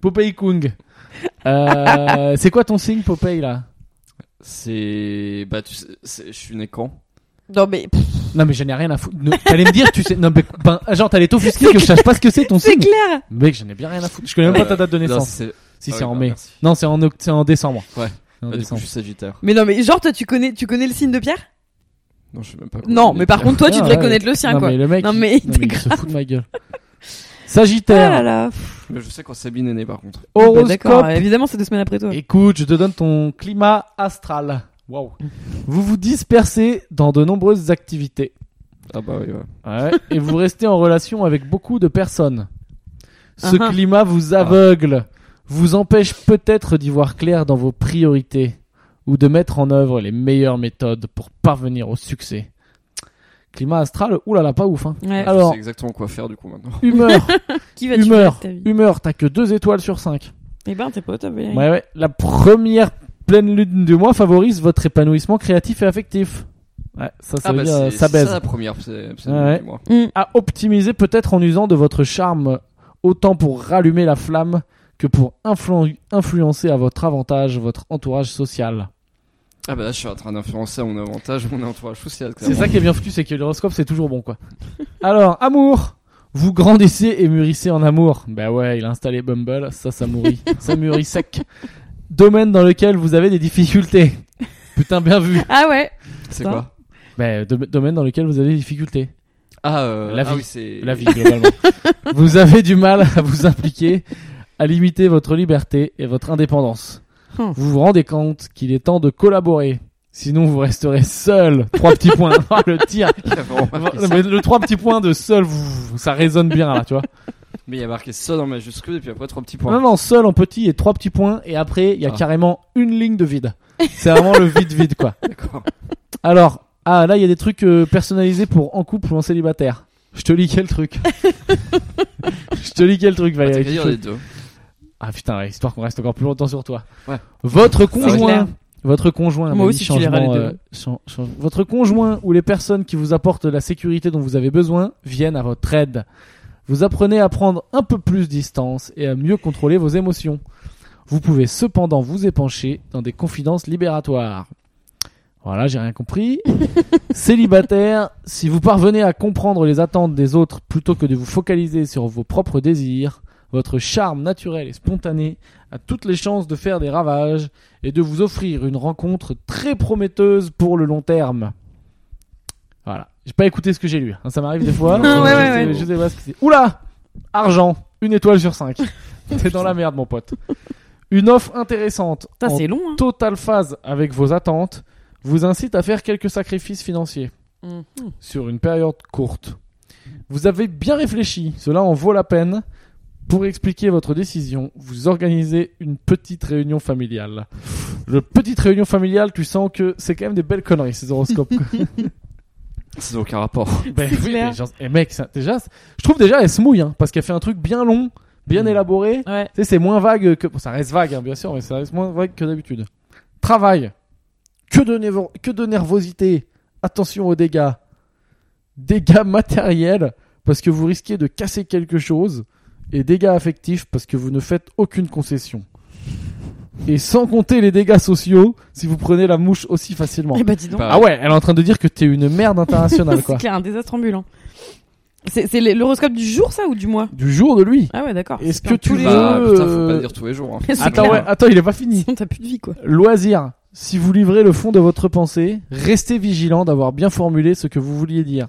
A: Popeye Kung. Euh, c'est quoi ton signe Popeye là
D: C'est. Bah, tu sais, c'est- je suis né quand
B: Non, mais pff,
A: Non mais j'en ai rien à foutre. Ne- T'allais me dire, tu sais, non mais ben, genre t'allais t'offusquer que je sache pas ce que c'est ton
B: [LAUGHS] c'est
A: signe.
B: clair
A: Mec, j'en ai bien rien à foutre. Je connais même pas ta date de
D: Non,
A: naissance.
D: c'est.
A: Si
D: Ah
A: c'est
D: oui,
A: en
D: bah,
A: mai.
D: merci.
A: Non, c'est en, oct- c'est en décembre.
D: Ouais.
A: C'est en
D: Bah, du coup,
A: décembre.
D: je suis Sagittaire.
B: Mais non, mais genre, toi, tu connais, tu connais le signe de Pierre
D: Non, je sais même pas.
B: Non, mais par contre, toi, tu
A: Ah,
B: devrais
A: ouais.
B: connaître le sien,
A: non,
B: quoi.
A: mais le mec,
B: Non,
A: il-
B: mais
A: non,
B: t'es
A: il se
B: grave.
A: fout de ma gueule.
B: Ah
A: Sagittaire,
B: là là. pff,
D: [LAUGHS] Mais je sais quand Sabine est née par contre.
B: bah
A: horoscope.
B: D'accord, euh, évidemment, c'est deux semaines après toi.
A: Écoute, je te donne ton climat astral. Waouh. Vous vous dispersez dans de nombreuses activités.
D: Ah bah oui, ouais.
A: Ouais, et vous restez en relation avec beaucoup de personnes. Ce
B: Ah ah.
A: climat vous aveugle, vous empêche peut-être d'y voir clair dans vos priorités ou de mettre en œuvre les meilleures méthodes pour parvenir au succès. Climat astral, oulala, pas
B: [LAUGHS]
A: ouf. Hein.
B: Ouais.
D: Je
A: Alors-
D: sais exactement quoi faire du coup maintenant.
A: Humeur,
B: Qui va tuer
A: humeur,
B: ta vie
A: humeur, t'as que deux étoiles sur cinq.
B: Eh ben, t'es pas au top, Valérie.
A: Ouais, ouais. La première pleine lune du mois favorise votre épanouissement créatif et affectif. Ouais, ça, ça
D: ah
A: veut
D: bah
A: dire euh,
D: c'est
A: ça
D: c'est
A: baise.
D: ça la première, c'est c'est
A: Ouais.
D: moi.
B: Mm.
A: À optimiser peut-être en usant de votre charme, autant pour rallumer la flamme que pour influ- influencer à votre avantage votre entourage social.
D: Ah bah là, je suis en train d'influencer à mon avantage, mon entourage social.
A: C'est
D: clairement.
A: ça qui est bien foutu, c'est que l'horoscope, c'est toujours bon, quoi. Alors, amour Vous grandissez et mûrissez en amour. Bah ouais, il a installé Bumble, ça, ça
D: [LAUGHS]
A: mûrit. ça mûrit sec. Domaine dans lequel vous avez des difficultés. Putain, bien vu.
B: Ah ouais
D: C'est
B: Ça.
D: quoi
A: Bah, dom- domaine dans lequel vous avez des difficultés.
D: Ah, euh,
A: La
D: ah
A: vie.
D: oui, c'est
A: [LAUGHS] La vie, globalement. vous avez du mal à vous impliquer, à limiter votre liberté et votre indépendance.
B: Hmm.
A: Vous vous rendez compte qu'il est temps de collaborer. Sinon, vous resterez seul. Trois petits points. [LAUGHS] Ah, le tir.
D: Il y a [LAUGHS] vraiment marqué
A: Non,
D: ça.
A: mais le trois petits points de seul, vous- ça résonne bien, là, tu vois.
D: Mais il y a marqué ça dans majuscule et puis après trois petits
A: Non,
D: points.
A: non, seul en petit et trois petits points. Et après, il y a
D: Ah.
A: carrément une ligne de vide. C'est vraiment le vide-vide, quoi.
D: D'accord.
A: Alors, ah là, il y a des trucs euh, personnalisés pour en couple ou en célibataire. Je te lis quel
D: [LAUGHS]
A: truc. Je te lis quel truc,
D: Ah, T'as
A: Valérie.
D: qu'à dire les deux.
A: Ah putain, ouais, histoire qu'on reste encore plus longtemps sur toi.
D: Ouais.
A: Votre
B: clair.
A: conjoint. Votre conjoint,
B: Moi
A: mais oui,
B: aussi, tu liras
A: changement,
B: les deux.
A: euh, chan- chan- votre conjoint ou les personnes qui vous apportent la sécurité dont vous avez besoin viennent à votre aide. Vous apprenez à prendre un peu plus distance et à mieux contrôler vos émotions. Vous pouvez cependant vous épancher dans des confidences libératoires. Voilà, j'ai rien compris. Célibataire, si vous parvenez à comprendre les attentes des autres plutôt que de vous focaliser sur vos propres désirs, Votre charme naturel et spontané a toutes les chances de faire des ravages et de vous offrir une rencontre très prometteuse pour le long terme. Voilà. J'ai pas écouté ce que j'ai lu. hein, ça m'arrive des fois.
B: [LAUGHS] Ouais, Ah ouais,
A: Je sais-
B: ouais.
A: Je sais pas ce que c'est. Oula Argent. Une étoile sur
B: [LAUGHS]
A: cinq. T'es dans la merde, mon pote. Une offre intéressante.
B: Putain,
A: en
B: c'est long, hein.
A: totale phase avec vos attentes vous incite à faire quelques sacrifices financiers
B: Mm.
A: sur une période courte. Vous avez bien réfléchi, cela en vaut la peine. Pour expliquer votre décision, vous organisez une petite réunion familiale. Le petite réunion familiale, tu sens que c'est quand même des belles conneries ces horoscopes.
D: C'est aucun rapport.
A: ben, oui,
B: clair.
A: mais genre- eh, mec, ça- déjà, c'est- je trouve déjà elle se mouille hein, parce qu'elle fait un truc bien long, bien élaboré.
B: Ouais.
A: Tu sais, c'est moins vague que. Bon, ça reste vague, hein, bien sûr, mais ça reste moins vague que d'habitude. Travail. Que de, névo- que de nervosité. Attention aux dégâts. Dégâts matériels, parce que vous risquez de casser quelque chose. Et dégâts affectifs, parce que vous ne faites aucune concession. Et sans compter les dégâts sociaux, si vous prenez la mouche aussi facilement.
B: Eh bah, dis donc.
D: Bah,
A: Ah ouais, elle est en train de dire que t'es une merde internationale, quoi.
B: [LAUGHS] c'est clair, un désastre ambulant. C'est c'est l'horoscope du jour, ça, ou du mois
A: Du jour de lui.
B: Ah ouais, d'accord.
A: Est-ce
B: C'est
A: que
B: un
A: tu
B: tous les
A: vas-
B: jours.
D: Bah, putain, faut
A: euh,
D: pas dire tous les jours. hein.
B: C'est
A: Attends,
B: clair.
A: ouais, attends, il est pas fini.
B: Sinon, [LAUGHS] t'as plus de vie, quoi.
A: Loisirs. Si vous livrez le fond de votre pensée, restez vigilant d'avoir bien formulé ce que vous vouliez dire.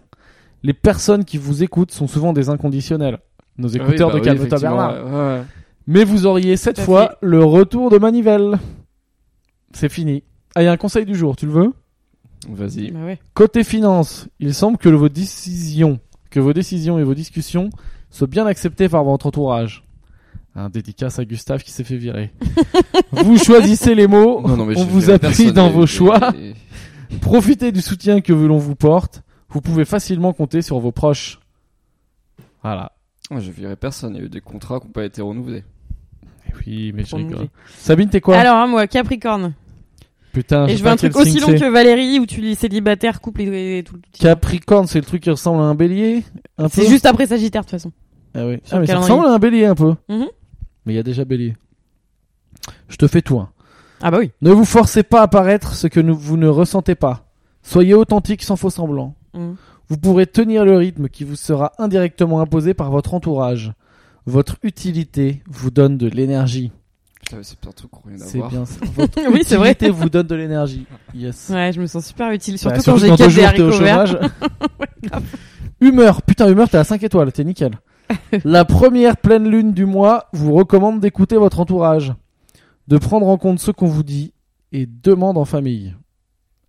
A: Les personnes qui vous écoutent sont souvent des inconditionnels. Nos écouteurs
D: Ah oui,
A: de
D: bah oui,
A: Calme-toi
D: effectivement,
A: Bernard.
D: ouais, ouais.
A: Mais vous auriez cette
B: Tout à
A: fois le retour de manivelle. C'est fini. Ah, il y a un conseil du jour, tu le veux
D: Vas-y.
B: Bah ouais.
A: Côté finance, il semble que vos décisions, que vos décisions et vos discussions soient bien acceptées par votre entourage. Un dédicace à Gustave qui s'est fait
B: [LAUGHS]
A: virer. vous choisissez les mots,
D: Non, non, mais
A: on
D: je
A: vous
D: verrai
A: appuie
D: personne,
A: dans
D: mais-
A: vos
D: mais-
A: choix.
D: mais-
A: Profitez du soutien que l'on vous porte. Vous pouvez facilement compter sur vos proches. Voilà.
D: Ouais, je verrai personne. Il y a eu des contrats qui n'ont pas été renouvelés.
A: Eh oui, mais je
B: Prolongé.
A: rigole. Sabine, t'es quoi
B: Alors, hein, moi, Capricorne.
A: Putain, je
B: Et
A: sais
B: je veux
A: pas
B: un truc
A: quel
B: aussi
A: signe
B: long
A: c'est.
B: que Valérie, où tu lis célibataire, couple et, et tout le tout le-
A: Capricorne, c'est le truc qui ressemble à un bélier un
B: C'est
A: peu
B: juste après Sagittaire, de toute façon.
A: Ah oui. Ah,
B: sur
A: mais
B: le
A: ça
B: calendrier.
A: ressemble à un bélier un peu.
B: Mhm.
A: Mais il y a déjà bélier. Je te fais tout. hein.
B: Ah bah oui.
A: Ne vous forcez pas à paraître ce que nous- vous ne ressentez pas. Soyez authentique sans faux semblant.
B: Mhm.
A: Vous pourrez tenir le rythme qui vous sera indirectement imposé par votre entourage. Votre utilité vous donne de l'énergie.
D: Putain, mais c'est plein de trucs qui n'ont rien à
A: C'est
D: voir.
A: bien
B: [LAUGHS]
A: ça. Votre
B: oui, c'est vrai.
A: utilité vous donne de l'énergie. Yes.
B: Ouais, je me sens super utile, surtout
A: Bah,
B: quand j'ai
A: dans deux
B: quatre des
A: jours, t'es au
B: haricots verts.
A: chômage.
B: [LAUGHS]
A: humeur, putain, humeur, t'es à 5 étoiles, t'es
B: [LAUGHS]
A: nickel. La première pleine lune du mois vous recommande d'écouter votre entourage, de prendre en compte ce qu'on vous dit et demande en famille.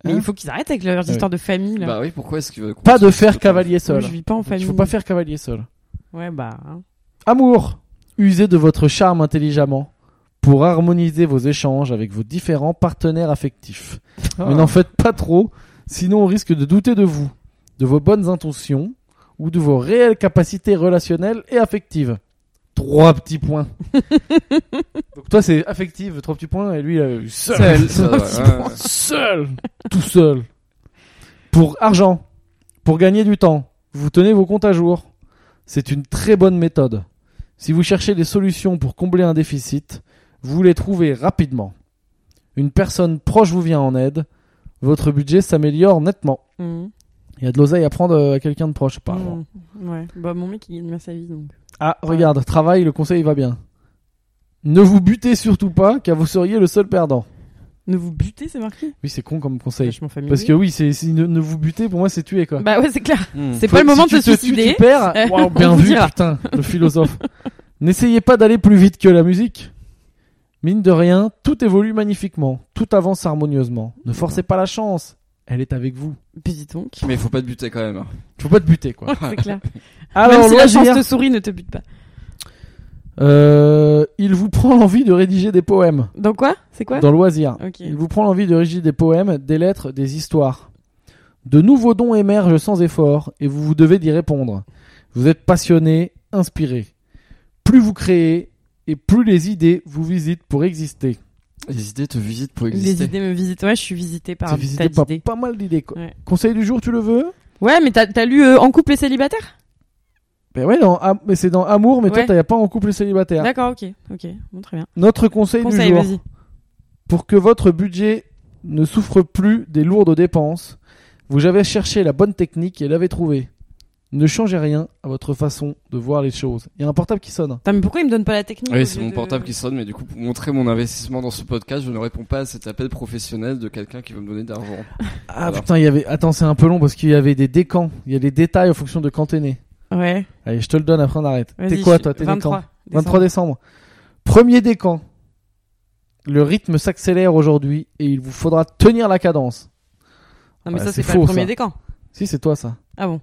B: Mais
A: Hein
B: il faut qu'ils arrêtent avec leurs
A: oui.
B: histoires de famille, là.
D: Bah oui, pourquoi est-ce qu'il veut qu'on
A: Pas de
D: se-
A: faire cavalier
B: Moi,
A: seul.
B: je vis pas en
A: Il
B: famille.
A: faut pas faire cavalier seul.
B: Ouais, bah. hein.
A: Amour, usez de votre charme intelligemment pour harmoniser vos échanges avec vos différents partenaires affectifs.
D: Ah.
A: Mais n'en faites pas trop, sinon on risque de douter de vous, de vos bonnes intentions ou de vos réelles capacités relationnelles et affectives. Trois petits
D: [LAUGHS]
A: points. Donc toi c'est affective, trois petits points, et lui il a eu seul. [LAUGHS]
D: Seul, ça, ouais, ouais.
A: Seul. Tout seul. Pour argent, pour gagner du temps, vous tenez vos comptes à jour. C'est une très bonne méthode. Si vous cherchez des solutions pour combler un déficit, vous les trouvez rapidement. Une personne proche vous vient en aide, votre budget s'améliore nettement.
B: Mhm.
A: Il y a de l'oseille à prendre euh, à quelqu'un de proche, par exemple.
B: Mhm. Ouais. Bah, mon mec, il gagne bien sa vie, donc.
A: Ah, regarde, travail, le conseil va bien. Ne vous butez surtout pas, car vous seriez le seul perdant.
B: Ne vous butez, c'est marqué
A: Oui, c'est con comme
B: Bah,
A: conseil.
B: Je m'en familier.
A: Parce que oui, c'est si ne, ne vous butez, pour moi, c'est tuer, quoi.
B: Bah ouais, c'est clair.
D: Hmm.
B: C'est pas le
A: Faut-
B: moment
A: si
B: de
A: tu
B: se
A: te tues,
B: suicider.
A: Tu
B: [LAUGHS]
A: perds.
B: Euh,
A: Waouh,
B: on
A: bien
B: vous
A: vu,
B: dira.
A: putain, le
B: [LAUGHS]
A: philosophe. N'essayez pas d'aller plus vite que la musique. Mine de rien, tout évolue magnifiquement, tout avance harmonieusement. Ne forcez pas la chance, elle est avec vous.
B: Puis Bah, dis donc.
A: [LAUGHS]
D: Mais il faut pas te buter quand même. hein.
A: Faut pas te buter,
B: [LAUGHS]
A: quoi.
B: C'est clair. Même
A: Alors,
B: si la chance
A: loisirs.
B: te sourit, ne te bute pas.
A: Euh, il vous prend l'envie de rédiger des poèmes.
B: Dans quoi C'est quoi
A: dans Loisirs.
B: Ok.
A: Il vous prend l'envie de rédiger des poèmes, des lettres, des histoires. De nouveaux dons émergent sans effort et vous vous devez d'y répondre. Vous êtes passionné, inspiré. Plus vous créez et plus les idées vous visitent pour exister.
D: Les idées te visitent pour
B: Les
D: exister.
B: idées me visitent. Ouais, je suis visitée par
A: C'est
B: un
A: visité par
B: d'idées.
A: pas mal d'idées. quoi.
B: Ouais.
A: Conseil du jour, tu le veux
B: Ouais, mais t'as t'as lu euh, En couple et célibataire
A: Ben ouais, dans Am- mais c'est dans Amour, mais
B: Ouais.
A: toi, t'as pas en couple célibataire.
B: D'accord, ok. Ok, bon, très bien.
A: Notre conseil,
B: Conseil,
A: du jour.
B: vas-y.
A: Pour que votre budget ne souffre plus des lourdes dépenses, vous avez cherché la bonne technique et l'avez trouvée. Ne changez rien à votre façon de voir les choses. Il y a un portable qui sonne.
B: Putain, mais pourquoi il me donne pas la technique
D: Oui,
B: au
D: c'est
B: lieu
D: mon
B: de-
D: portable qui sonne, mais du coup, pour montrer mon investissement dans ce podcast, je ne réponds pas à cet appel professionnel de quelqu'un qui veut me donner d'argent.
A: Ah
D: Alors.
A: putain, il y avait. Attends, c'est un peu long parce qu'il y avait des décans. Il y a des détails en fonction de quand t'es né.
B: Ouais.
A: Allez, je te le donne après on arrête.
B: vas-y,
A: T'es quoi
B: je-
A: toi T'es né quand
B: 23.
A: 23 décembre. Premier décan. Le rythme s'accélère aujourd'hui et il vous faudra tenir la cadence.
B: Non, mais
A: Ouais,
B: ça,
A: Ah, c'est
B: c'est pas le
A: faux,
B: premier
A: ça.
B: décan.
A: Si c'est toi ça.
B: Ah bon.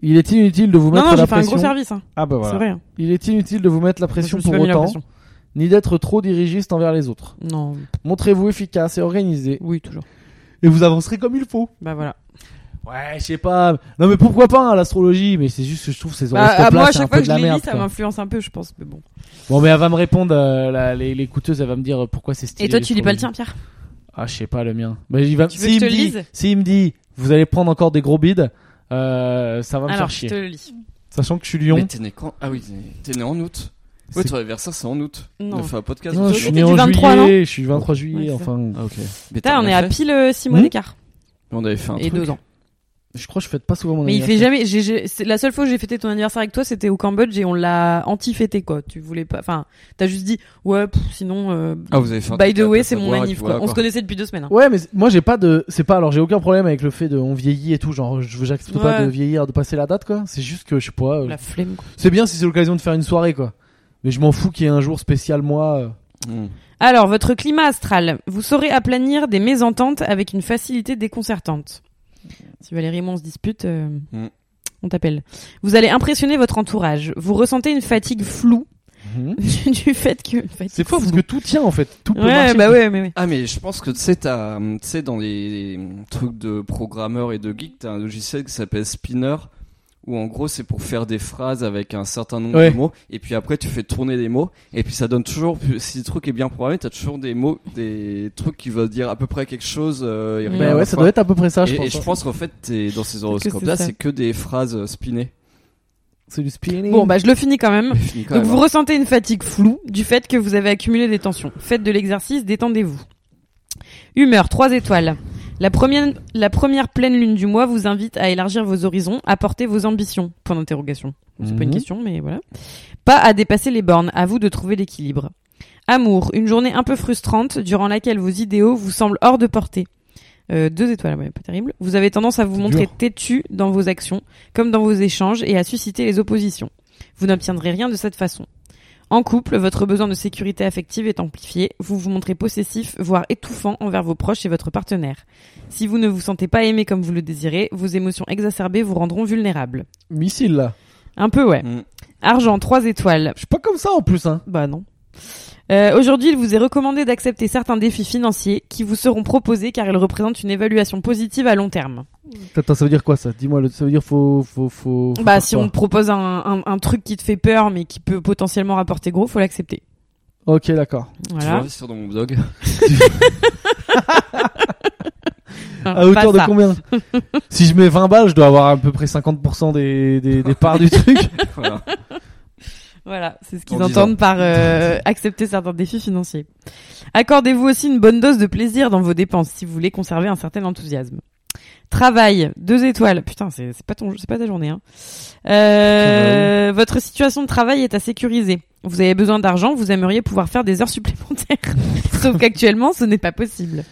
A: Il est inutile de vous
B: Non,
A: mettre
B: non,
A: la
B: j'ai fait un
A: pression.
B: gros service. hein.
A: Ah bah voilà.
B: C'est vrai. hein.
A: Il est inutile de vous mettre la
B: Je
A: pression
B: me suis
A: pour
B: pas mis la
A: autant,
B: pression.
A: ni d'être trop dirigiste envers les autres.
B: Non,
A: Montrez-vous efficace et organisé
B: oui, toujours.
A: et vous avancerez comme il faut.
B: Bah voilà.
A: Ouais, je sais pas. Non mais pourquoi pas hein, l'astrologie Mais c'est juste que je trouve ces
B: Bah,
A: horoscopes
B: ah, moi,
A: là,
B: à
A: c'est un
B: chaque fois
A: peu
B: que
A: de
B: je
A: la
B: les
A: merde.
B: lis, ça
A: quoi.
B: m'influence un peu, je pense. Mais bon.
A: Bon mais elle va me répondre euh, la- les, les coûteuses, elle va me dire euh, pourquoi c'est stylé.
B: Et toi, tu lis pas le
A: l'astrologie.
B: tien, Pierre
A: Ah, je sais pas le mien. Mais il va.
B: Tu veux
A: s'il
B: que
A: me
B: je te
A: dit,
B: le lise
A: s'il me dit, vous allez prendre encore des gros bides, euh, ça va me
B: Alors,
A: faire
B: je
A: chier.
B: te le lis.
A: Sachant que je suis Lyon.
D: Mais t'es né quand Ah oui, t'es- t'es né en août. Oui,
A: C'est-
D: ton anniversaire, c'est en août.
B: Non.
D: On a fait un podcast.
A: Non,
D: sur
A: je
D: ça.
A: suis
B: T'es
A: né
B: du
A: en
B: 23, non
A: juillet. Je suis 23
B: Ouais,
A: juillet.
B: c'est ça.
A: enfin,
D: Ah, ok. Mais t'as
B: Putain, on est
D: rien
B: à
D: fait
B: pile euh, six mois
A: Hmm
B: d'écart.
D: Mais On avait fait un
B: Et
D: truc.
B: deux ans.
A: je crois que je fête pas souvent mon
B: Mais il fait
A: anniversaire.
B: jamais. j'ai- j'ai- c'est La seule fois où j'ai fêté ton anniversaire avec toi, c'était au Cambodge et on l'a anti-fêté, quoi. Tu voulais pas. Enfin, t'as juste dit, ouais, pff, sinon. euh,
D: Ah, vous avez fait un
B: By
D: truc
B: the
D: à
B: way,
D: pas
B: c'est mon
D: savoir, et
B: manif,
D: puis
B: quoi.
D: voilà,
B: On se connaissait depuis deux semaines. hein.
A: [LAUGHS] Ouais, mais c'est- moi j'ai pas de, c'est pas, alors j'ai aucun problème avec le fait de, on vieillit et tout, genre je j'accepte pas
B: Ouais.
A: de vieillir, de passer la date quoi. C'est juste que je sais
D: Oh,
A: pas. euh,
B: La flemme, quoi.
A: C'est bien si c'est l'occasion de faire une soirée quoi. Mais je m'en fous qu'il y ait un jour spécial moi. euh.
D: Mmh.
B: Alors, votre climat astral. Vous saurez aplanir des mésententes avec une facilité déconcertante. Si Valérie et moi on se dispute, euh,
D: Mm.
B: on t'appelle. Vous allez impressionner votre entourage. Vous ressentez une fatigue floue [LAUGHS] du fait que. une fatigue
A: Mhm. C'est faux parce
B: floue.
A: que tout tient en fait, tout peut
B: Ouais,
A: marcher.
B: bah ouais, mais ouais.
D: Ah, mais je pense que tu sais, t'as, tu sais, dans les trucs de programmeur et de geek, t'as un logiciel qui s'appelle Spinner. Où en gros c'est pour faire des phrases avec un certain nombre
A: Ouais.
D: de mots et puis après tu fais tourner les mots et puis ça donne toujours si le truc est bien programmé t'as toujours des mots des trucs qui veulent dire à peu près quelque chose euh, et
B: Bah
D: rien
A: Bah
D: à la
A: ouais, ça
D: fois.
A: doit être à peu près ça, je
D: et,
A: pense. hein.
D: et je pense qu'en fait, t'es- dans
B: hein. que
D: ces
B: c'est
D: horoscopes-là,
B: ça.
D: c'est que des phrases euh, spinées.
A: C'est du spinning.
B: Bon, bah je le finis quand même.
D: Mais fini quand
B: Donc
D: même,
B: vous
D: hein.
B: ressentez une fatigue floue du fait que vous avez accumulé des tensions. Faites de l'exercice, détendez-vous. Humeur, 3 étoiles. La première, la première pleine lune du mois vous invite à élargir vos horizons, à porter vos ambitions. Point d'interrogation. C'est pas une
A: Mhm.
B: question, mais voilà. Pas à dépasser les bornes, à vous de trouver l'équilibre. Amour, une journée un peu frustrante durant laquelle vos idéaux vous semblent hors de portée. Euh, deux étoiles, ouais, pas terrible. Vous avez tendance à vous
A: C'est
B: montrer
A: dur.
B: têtu dans vos actions, comme dans vos échanges, et à susciter les oppositions. Vous n'obtiendrez rien de cette façon. En couple, votre besoin de sécurité affective est amplifié. Vous vous montrez possessif, voire étouffant envers vos proches et votre partenaire. Si vous ne vous sentez pas aimé comme vous le désirez, vos émotions exacerbées vous rendront vulnérable.
A: Missile là.
B: Un peu, ouais.
D: Mm.
B: Argent, 3 étoiles.
A: Je suis pas comme ça en plus hein.
B: Bah non. Euh, Aujourd'hui, il vous est recommandé d'accepter certains défis financiers qui vous seront proposés car ils représentent une évaluation positive à long terme.
A: Attends, ça veut dire quoi ça Dis-moi, le- ça veut dire faut, faut, faut. faut
B: Bah
A: faire
B: si
A: quoi
B: on te propose un, un- un truc qui te fait peur mais qui peut potentiellement rapporter gros, faut l'accepter.
A: Ok, d'accord.
D: Tu
B: Voilà.
D: vois, sur dans mon blog. [LAUGHS]
B: Non,
A: À hauteur
B: pas
A: de
B: ça. [LAUGHS]
A: combien Si je mets 20 balles, je dois avoir à peu près 50% des, des, des parts
B: [LAUGHS]
A: du truc.
D: Voilà.
B: Voilà, c'est ce
D: En
B: qu'ils
D: disant.
B: entendent par euh, accepter certains défis financiers. Accordez-vous aussi une bonne dose de plaisir dans vos dépenses si vous voulez conserver un certain enthousiasme. Travail, deux étoiles. Putain, c'est c'est pas ton, c'est pas ta journée. Hein. Euh, votre situation de travail est à sécuriser. Vous avez besoin d'argent, vous aimeriez pouvoir faire des heures supplémentaires, [LAUGHS] sauf qu'actuellement, ce n'est pas possible.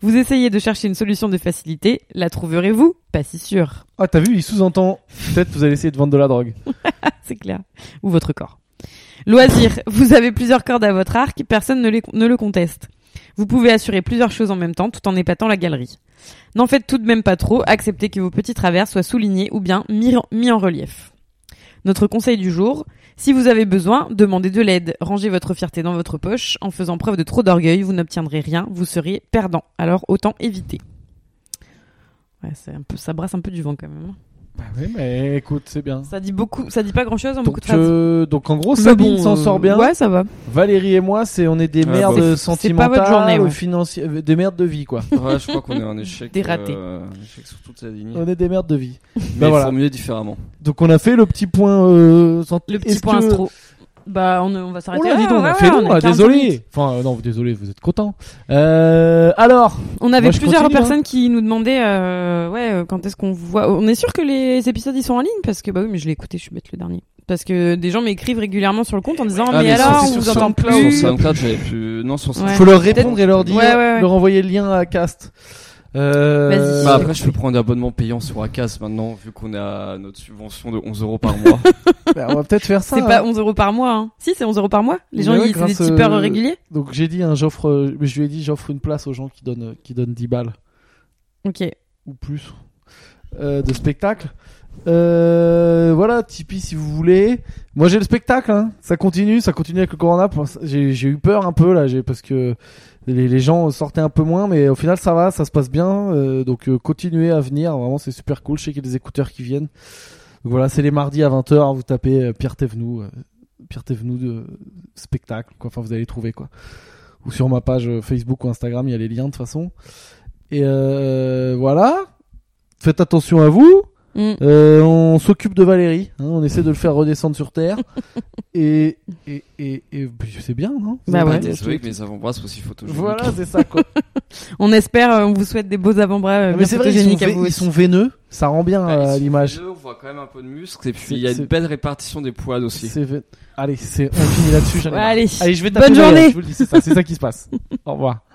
B: Vous essayez de chercher une solution de facilité, la trouverez-vous Pas si sûr.
A: Ah, t'as vu, il sous-entend. Peut-être vous allez essayer de vendre de la drogue.
B: c'est clair. Ou votre corps. Loisirs, vous avez plusieurs cordes à votre arc, personne ne, les- ne le conteste. Vous pouvez assurer plusieurs choses en même temps tout en épatant la galerie. N'en faites tout de même pas trop, acceptez que vos petits travers soient soulignés ou bien mis, en- mis en relief. Notre conseil du jour, si vous avez besoin, demandez de l'aide, rangez votre fierté dans votre poche, en faisant preuve de trop d'orgueil, vous n'obtiendrez rien, vous serez perdant, alors autant éviter. Ouais, c'est un peu, ça brasse un peu du vent quand même. hein.
A: Bah oui, mais écoute, c'est bien.
B: Ça dit beaucoup, ça dit pas grand chose en beaucoup
A: Donc,
B: de phrases.
A: euh, donc en [LAUGHS] gros,
B: Mais
A: Sabine
B: bon,
A: s'en
B: euh,
A: sort bien.
B: Ouais, ça va.
A: Valérie et moi, c'est on est des
D: Ah,
A: merdes
D: bah, c'est-
B: c'est pas
A: sentimentales,
B: votre journée, ouais.
A: financi- euh, des merdes de vie quoi.
D: Ouais, je crois qu'on est un échec.
B: Des ratés. Bah,
D: euh, un échec sur toute la ligne.
A: on est des merdes de vie.
D: Mais
A: voilà.
D: formulé différemment.
A: Donc on a fait le petit point. euh, sent-
B: Le petit
A: est-ce
B: point
A: que-
B: astro. Bah, on, on va
A: Oh
B: s'arrêter
A: là,
B: là.
A: dis donc, on a
B: ouais,
A: fait
B: ouais,
A: long,
B: on a
A: ah,
B: 40 minutes.
A: désolé. Enfin, euh, non, désolé, vous êtes content. Euh, alors,
B: On avait
A: Moi, je
B: plusieurs
A: continue, hein.
B: personnes qui nous demandaient, euh, ouais, euh, quand est-ce qu'on voit. On est sûr que les épisodes ils sont en ligne parce que bah oui, mais je l'ai écouté, je suis bête le dernier. Parce que des gens m'écrivent régulièrement sur le compte en disant
D: Ah,
B: mais,
D: mais
B: alors
D: sur-
B: on
D: sur
B: vous entend
D: SoundCloud,
B: plus.
D: Sur SoundCloud, j'avais plus. Non, sur SoundCloud.
B: Ouais.
A: faut leur répondre et leur dire,
B: Ouais, ouais, ouais.
A: leur envoyer le lien à Cast. Euh,
B: Vas-y.
D: Bah, après, je peux prendre un abonnement payant sur Acas maintenant, vu qu'on a notre subvention de 11 euros
B: [LAUGHS]
D: par mois.
A: bah, on va peut-être faire ça.
B: C'est
A: hein.
B: pas 11 euros par mois. Hein. Si c'est 11 euros par mois. Les
A: Mais
B: gens
A: ouais,
B: ils c'est des
A: grâce,
B: tipeurs
A: euh,
B: réguliers.
A: Donc j'ai dit, hein, j'offre, euh, je lui ai dit, j'offre une place aux gens qui donnent, qui donnent 10 balles
B: Ok.
A: ou plus euh, de spectacle. Euh, voilà, Tipeee si vous voulez. Moi j'ai le spectacle, hein. ça continue, ça continue avec le Corona. Pour l'instant, J'ai j'ai eu peur un peu là, j'ai- parce que les, les gens sortaient un peu moins, mais au final ça va, ça se passe bien. euh, donc euh, continuez à venir, vraiment c'est super cool. Je sais qu'il y a des écouteurs qui viennent. Donc voilà, c'est les mardis à 20h, vous tapez euh, Pierre Thévenoud, euh, Pierre Thévenoud de spectacle, quoi. enfin vous allez les trouver quoi. Ou sur ma page euh, Facebook ou Instagram, il y a les liens de toute façon. Et euh, voilà. Faites attention à vous.
B: Mm.
A: Euh, on s'occupe de Valérie. hein, on essaie de le faire redescendre sur
D: [LAUGHS]
A: Terre. et et, et, et puis c'est bien, non
B: Bah ouais.
D: Désolé que mes avant-bras soient aussi photogéniques.
A: Voilà, c'est ça
B: [LAUGHS]
A: quoi.
B: On espère, euh, on vous souhaite des beaux avant-bras. euh,
A: Ah, Mais
B: bien
A: c'est vrai, ils sont,
B: photogéniques à
A: vé-
B: vous
A: ils
B: aussi.
A: sont veineux. Ça rend bien
D: Ouais, ils
A: euh,
D: sont
A: l'image.
D: deux, On voit quand même un peu de muscle, et
A: C'est-
D: puis il y a
A: c'est-
D: une belle répartition des poils aussi.
A: C'est ve- Allez, c'est on finit là-dessus. j'en ai
B: Ouais,
A: marre.
B: allez.
A: allez, je vais taper
B: Bonne
A: Valérie,
B: journée. [LAUGHS]
A: je vous le dis, c'est ça, c'est ça qui se passe. Au revoir.